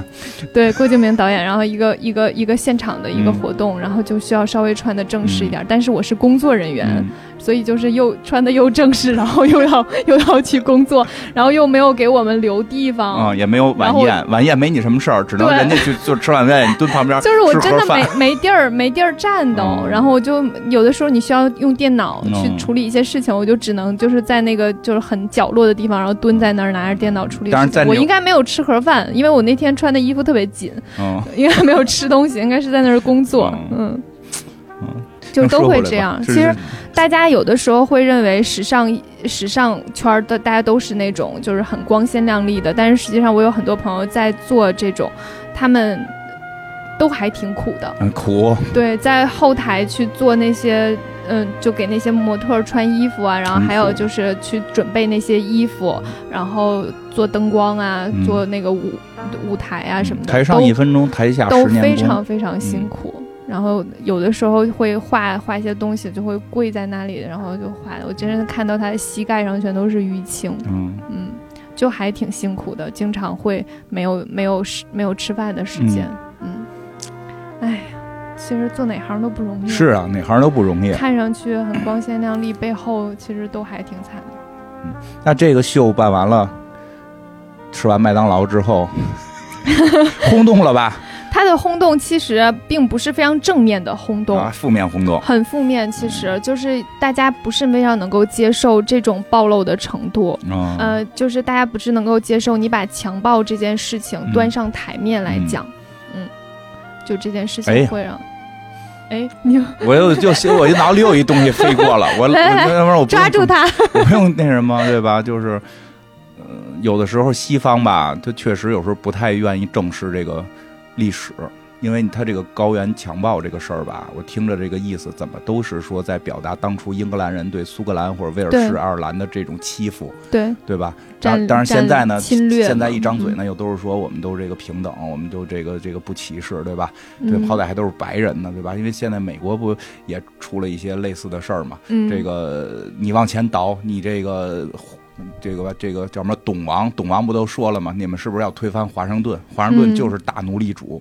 Speaker 1: 对，郭敬明导演，然后一个一个一个现场场的一个
Speaker 2: 嗯
Speaker 1: 活动，然后就需要稍微穿的正式一点。但是我是工作人员，
Speaker 2: 嗯
Speaker 1: 所以就是又穿的又正式，然后又要又要去工作，然后又没有给我们留地方。
Speaker 2: 嗯，也没有晚
Speaker 1: 然
Speaker 2: 宴，晚宴没你什么事儿，只能
Speaker 1: 对
Speaker 2: 人家去就吃晚宴，你蹲旁 边
Speaker 1: 就是我
Speaker 2: 吃
Speaker 1: 真
Speaker 2: 盒
Speaker 1: 的
Speaker 2: 饭
Speaker 1: 没没地儿没地儿站都，
Speaker 2: 嗯
Speaker 1: 然后我就有的时候你需要用电脑去
Speaker 2: 嗯
Speaker 1: 处理一些事情，我就只能就是在那个就是很角落的地方，然后蹲在那儿拿着电脑处理事情。
Speaker 2: 当然在那
Speaker 1: 我
Speaker 2: 种
Speaker 1: 应该没有吃盒饭，因为我那天穿的衣服特别紧，
Speaker 2: 嗯，
Speaker 1: 应该没有吃东西，应该是在那儿工作。嗯，
Speaker 2: 嗯
Speaker 1: 就
Speaker 2: 能说
Speaker 1: 都
Speaker 2: 回
Speaker 1: 会
Speaker 2: 来
Speaker 1: 这
Speaker 2: 吧
Speaker 1: 样。
Speaker 2: 是
Speaker 1: 其实
Speaker 2: 是
Speaker 1: 大家有的时候会认为时尚时尚圈儿的大家都是那种就是很光鲜亮丽的，但是实际上我有很多朋友在做这种，他们都还挺苦的。
Speaker 2: 嗯苦，
Speaker 1: 对，在后台去做那些，嗯，就给那些模特儿穿衣服啊，然后
Speaker 2: 很
Speaker 1: 还有
Speaker 2: 苦
Speaker 1: 就是去准备那些衣服，然后做灯光啊，
Speaker 2: 嗯
Speaker 1: 做那个舞舞台啊什么的，
Speaker 2: 台上
Speaker 1: 都
Speaker 2: 一分钟，台下
Speaker 1: 都
Speaker 2: 十年
Speaker 1: 非
Speaker 2: 功嗯
Speaker 1: 常非常辛苦。然后有的时候会画画一些东西，就会跪在那里，然后就画。我真是看到他的膝盖上全都是淤青，
Speaker 2: 嗯
Speaker 1: 嗯，就还挺辛苦的，经常会没有没有时没有吃饭的时间，嗯，哎、呀，其实做哪行都不容易，
Speaker 2: 是啊，哪行都不容易。
Speaker 1: 看上去很光鲜亮丽，背后其实都还挺惨的。
Speaker 2: 那这个秀办完了，吃完麦当劳 之后，轰动了吧？
Speaker 1: 他的轰动其实并不是非常正面的轰动，
Speaker 2: 啊，负面轰动。
Speaker 1: 很负面，其实就是大家不是非常能够接受这种暴露的程度。
Speaker 2: 嗯，
Speaker 1: 呃，就是大家不是能够接受你把强暴这件事情
Speaker 2: 嗯
Speaker 1: 端上台面来讲，嗯，就这件事
Speaker 2: 哎
Speaker 1: 情
Speaker 2: 呀
Speaker 1: 会让，哎，你
Speaker 2: 我又就我就脑里有一东西飞过了，我我
Speaker 1: 来来来
Speaker 2: 要不然我不用
Speaker 1: 哎抓住，他，
Speaker 2: 我不用那什么，对吧？ 就是，呃，有的时候西方吧，他确实有时候不太愿意正视这个历史。因为他这个高原强暴这个事儿吧，我听着这个意思，怎么都是说在表达当初英格兰人对苏格兰或者威尔士、
Speaker 1: 对
Speaker 2: 爱尔兰的这种欺负，
Speaker 1: 对，
Speaker 2: 对吧？
Speaker 1: 占
Speaker 2: 当当然现在呢，
Speaker 1: 占侵略嘛嗯
Speaker 2: 现在一张嘴呢，又都是说我们都这个平等，我们都这个这个不歧视，对吧？对，
Speaker 1: 嗯
Speaker 2: 好歹还都是白人呢，对吧？因为现在美国不也出了一些类似的事儿嘛？
Speaker 1: 嗯，
Speaker 2: 这个你往前倒，你这个。这个这个叫什么？董王，董王不都说了吗？你们是不是要推翻华盛顿？华盛
Speaker 1: 嗯
Speaker 2: 顿就是大奴隶主，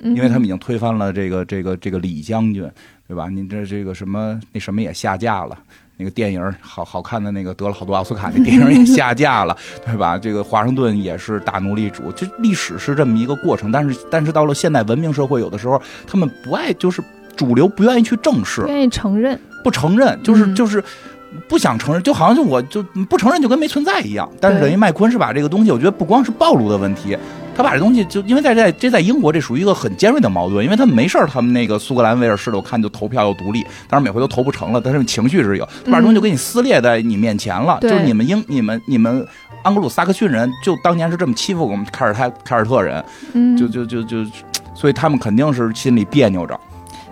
Speaker 1: 嗯，
Speaker 2: 因为他们已经推翻了这个这个这个李将军，对吧？您这这个什么那什么也下架了，那个电影儿好好看的那个得了好多奥斯卡那电影儿也下 架了，对吧？这个华盛顿也是大奴隶主，这历史是这么一个过程，但是但是到了现代文明社会，有的时候他们不爱就是主流不愿意去正视，
Speaker 1: 嗯愿意承认，
Speaker 2: 不承认，就是、
Speaker 1: 嗯
Speaker 2: 就是。不想承认，就好像就我就不承认，就跟没存在一样。但是
Speaker 1: 对
Speaker 2: 等于麦昆是把这个东西，我觉得不光是暴露的问题，他把这东西就因为在在这在英国这属于一个很尖锐的矛盾，因为他们没事儿，他们那个苏格兰、威尔士的，我看就投票又独立，当然每回都投不成了，但是情绪是有，他把这东西就给你撕裂在你面前了。
Speaker 1: 嗯对
Speaker 2: 就是你们英你们你们安格鲁撒克逊人，就当年是这么欺负我们凯尔泰凯尔特人，
Speaker 1: 嗯，
Speaker 2: 就就就就，所以他们肯定是心里别扭着。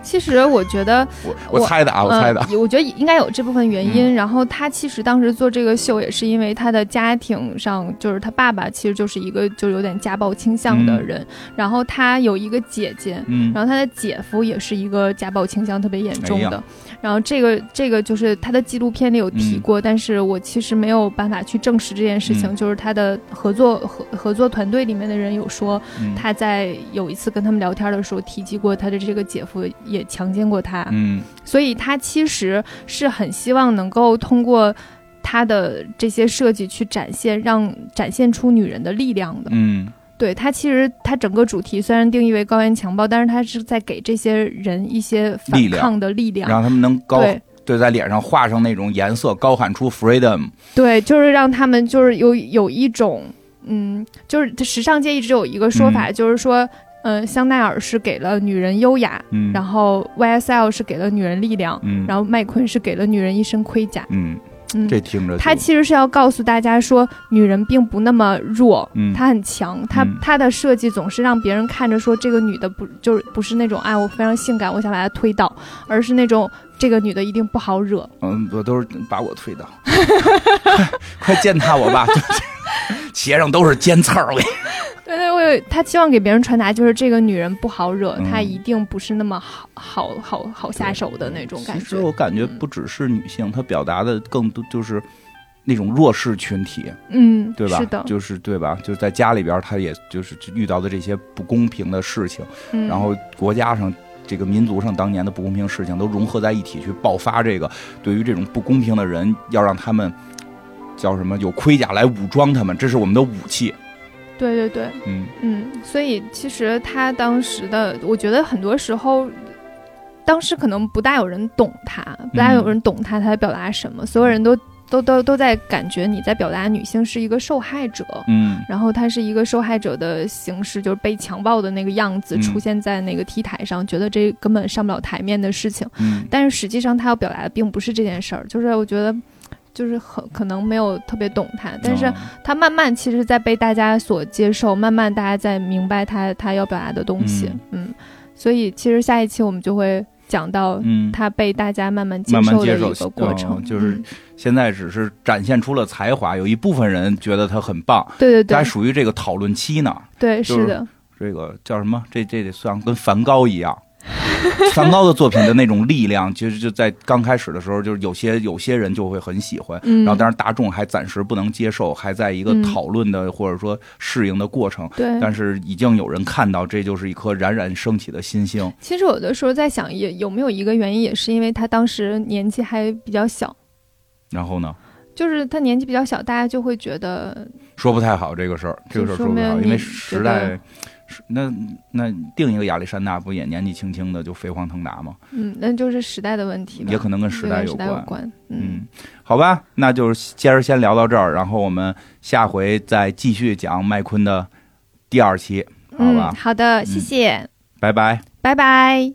Speaker 1: 其实我觉得。
Speaker 2: 我
Speaker 1: 我
Speaker 2: 我猜的啊，我猜的。嗯
Speaker 1: 嗯，我觉得应该有这部分原因。然后他其实当时做这个秀，也是因为他的家庭上，就是他爸爸其实就是一个就是有点家暴倾向的人，然后他有一个姐姐。
Speaker 2: 嗯
Speaker 1: 然后他的姐夫也是一个家暴倾向特别严重
Speaker 2: 哎
Speaker 1: 的，然后这个这个就是他的纪录片里有提
Speaker 2: 嗯
Speaker 1: 过，但是我其实没有办法去证实这件事情，
Speaker 2: 嗯
Speaker 1: 就是他的合作合合作团队里面的人有说，
Speaker 2: 嗯
Speaker 1: 他在有一次跟他们聊天的时候提及过，他的这个姐夫也强奸过他，
Speaker 2: 嗯
Speaker 1: 所以他其实是很希望能够通过他的这些设计去展现，让展现出女人的力量的。
Speaker 2: 嗯。
Speaker 1: 对他其实他整个主题虽然定义为高原强暴，但是他是在给这些人一些反
Speaker 2: 力量
Speaker 1: 抗的力量。
Speaker 2: 让他们能高
Speaker 1: 对
Speaker 2: 对在脸上画上那种颜色，高喊出 freedom。
Speaker 1: 对，就是让他们就是有有一种嗯，就是时尚界一直有一个说法，就是说。嗯，香奈儿是给了女人优雅，
Speaker 2: 嗯
Speaker 1: 然后 YSL 是给了女人力量，
Speaker 2: 嗯，
Speaker 1: 然后麦昆是给了女人一身盔甲。
Speaker 2: 嗯，
Speaker 1: 嗯，
Speaker 2: 这听着就
Speaker 1: 他其实是要告诉大家说，女人并不那么弱，
Speaker 2: 嗯
Speaker 1: 她很强。她
Speaker 2: 嗯
Speaker 1: 她的设计总是让别人看着说，这个女的不就是不是那种哎我非常性感，我想把她推倒，而是那种这个女的一定不好惹。
Speaker 2: 嗯，我都是把我推倒， 快快践踏我吧！ 就是鞋上都是尖刺儿，我跟你
Speaker 1: 对对，我有他希望给别人传达就是这个女人不好惹，
Speaker 2: 嗯
Speaker 1: 她一定不是那么好好好 好下手的那种感
Speaker 2: 其实
Speaker 1: 觉。
Speaker 2: 我感觉不只是女性，她表达的更多就是那种弱势群体，
Speaker 1: 嗯，
Speaker 2: 对吧？
Speaker 1: 是的，
Speaker 2: 就是对吧？就是在家里边儿，他也就是遇到的这些不公平的事情，
Speaker 1: 嗯
Speaker 2: 然后国家上。这个民族上当年的不公平事情都融合在一起去爆发，这个对于这种不公平的人，要让他们叫什么？有盔甲来武装他们，这是我们的武器。
Speaker 1: 对对对，
Speaker 2: 嗯，
Speaker 1: 嗯，所以其实他当时的，我觉得很多时候，当时可能不大有人懂他，
Speaker 2: 嗯
Speaker 1: 不大有人懂他他在表达什么，所有人都都都都在感觉你在表达女性是一个受害者。
Speaker 2: 嗯，
Speaker 1: 然后她是一个受害者的形式，就是被强暴的那个样子
Speaker 2: 嗯
Speaker 1: 出现在那个 T 台上，觉得这根本上不了台面的事情。
Speaker 2: 嗯，
Speaker 1: 但是实际上，她要表达的并不是这件事儿，就是我觉得，就是很可能没有特别懂她，但是
Speaker 2: 哦
Speaker 1: 他慢慢其实，在被大家所接受，慢慢大家在明白他他要表达的东西，嗯所以其实下一期我们就会讲到
Speaker 2: 嗯，
Speaker 1: 呃他被大家慢慢接
Speaker 2: 慢慢
Speaker 1: 受的
Speaker 2: 接
Speaker 1: 一个
Speaker 2: 受
Speaker 1: 过程，
Speaker 2: 哦就是
Speaker 1: 嗯
Speaker 2: 现在只是展现出了才华，有一部分人觉得他很棒，
Speaker 1: 对对
Speaker 2: 这还
Speaker 1: 对
Speaker 2: 属于这个讨论期呢。
Speaker 1: 对，
Speaker 2: 就是
Speaker 1: 是的，
Speaker 2: 这个叫什么？这这得算跟梵高一样，梵高的作品的那种力量，其实就在刚开始的时候，就是有些有些人就会很喜欢，
Speaker 1: 嗯，
Speaker 2: 然后当然大众还暂时不能接受，还在一个
Speaker 1: 嗯
Speaker 2: 讨论的或者说适应的过程。
Speaker 1: 对，
Speaker 2: 但是已经有人看到，这就是一颗冉冉升起的新星。
Speaker 1: 其实有的时候在想，也有没有一个原因，也是因为他当时年纪还比较小，
Speaker 2: 然后呢，
Speaker 1: 就是他年纪比较小，大家就会觉得
Speaker 2: 说不太好这个事儿，这个事儿
Speaker 1: 就
Speaker 2: 说不
Speaker 1: 说
Speaker 2: 太好，
Speaker 1: 明
Speaker 2: 因为
Speaker 1: 你
Speaker 2: 时
Speaker 1: 觉
Speaker 2: 代
Speaker 1: 得，
Speaker 2: 是那那定一个亚历山大，不也年纪轻轻的就飞黄腾达吗？
Speaker 1: 嗯，那就是时代的问题吧，
Speaker 2: 也可能跟
Speaker 1: 就
Speaker 2: 时
Speaker 1: 跟
Speaker 2: 代有
Speaker 1: 时代有
Speaker 2: 关。
Speaker 1: 关，嗯
Speaker 2: 嗯，好吧，那就是今儿先聊到这儿，然后我们下回再继续讲麦昆的第二期，好吧
Speaker 1: 嗯，好的，
Speaker 2: 嗯
Speaker 1: 谢谢，
Speaker 2: 拜拜。
Speaker 1: 拜拜。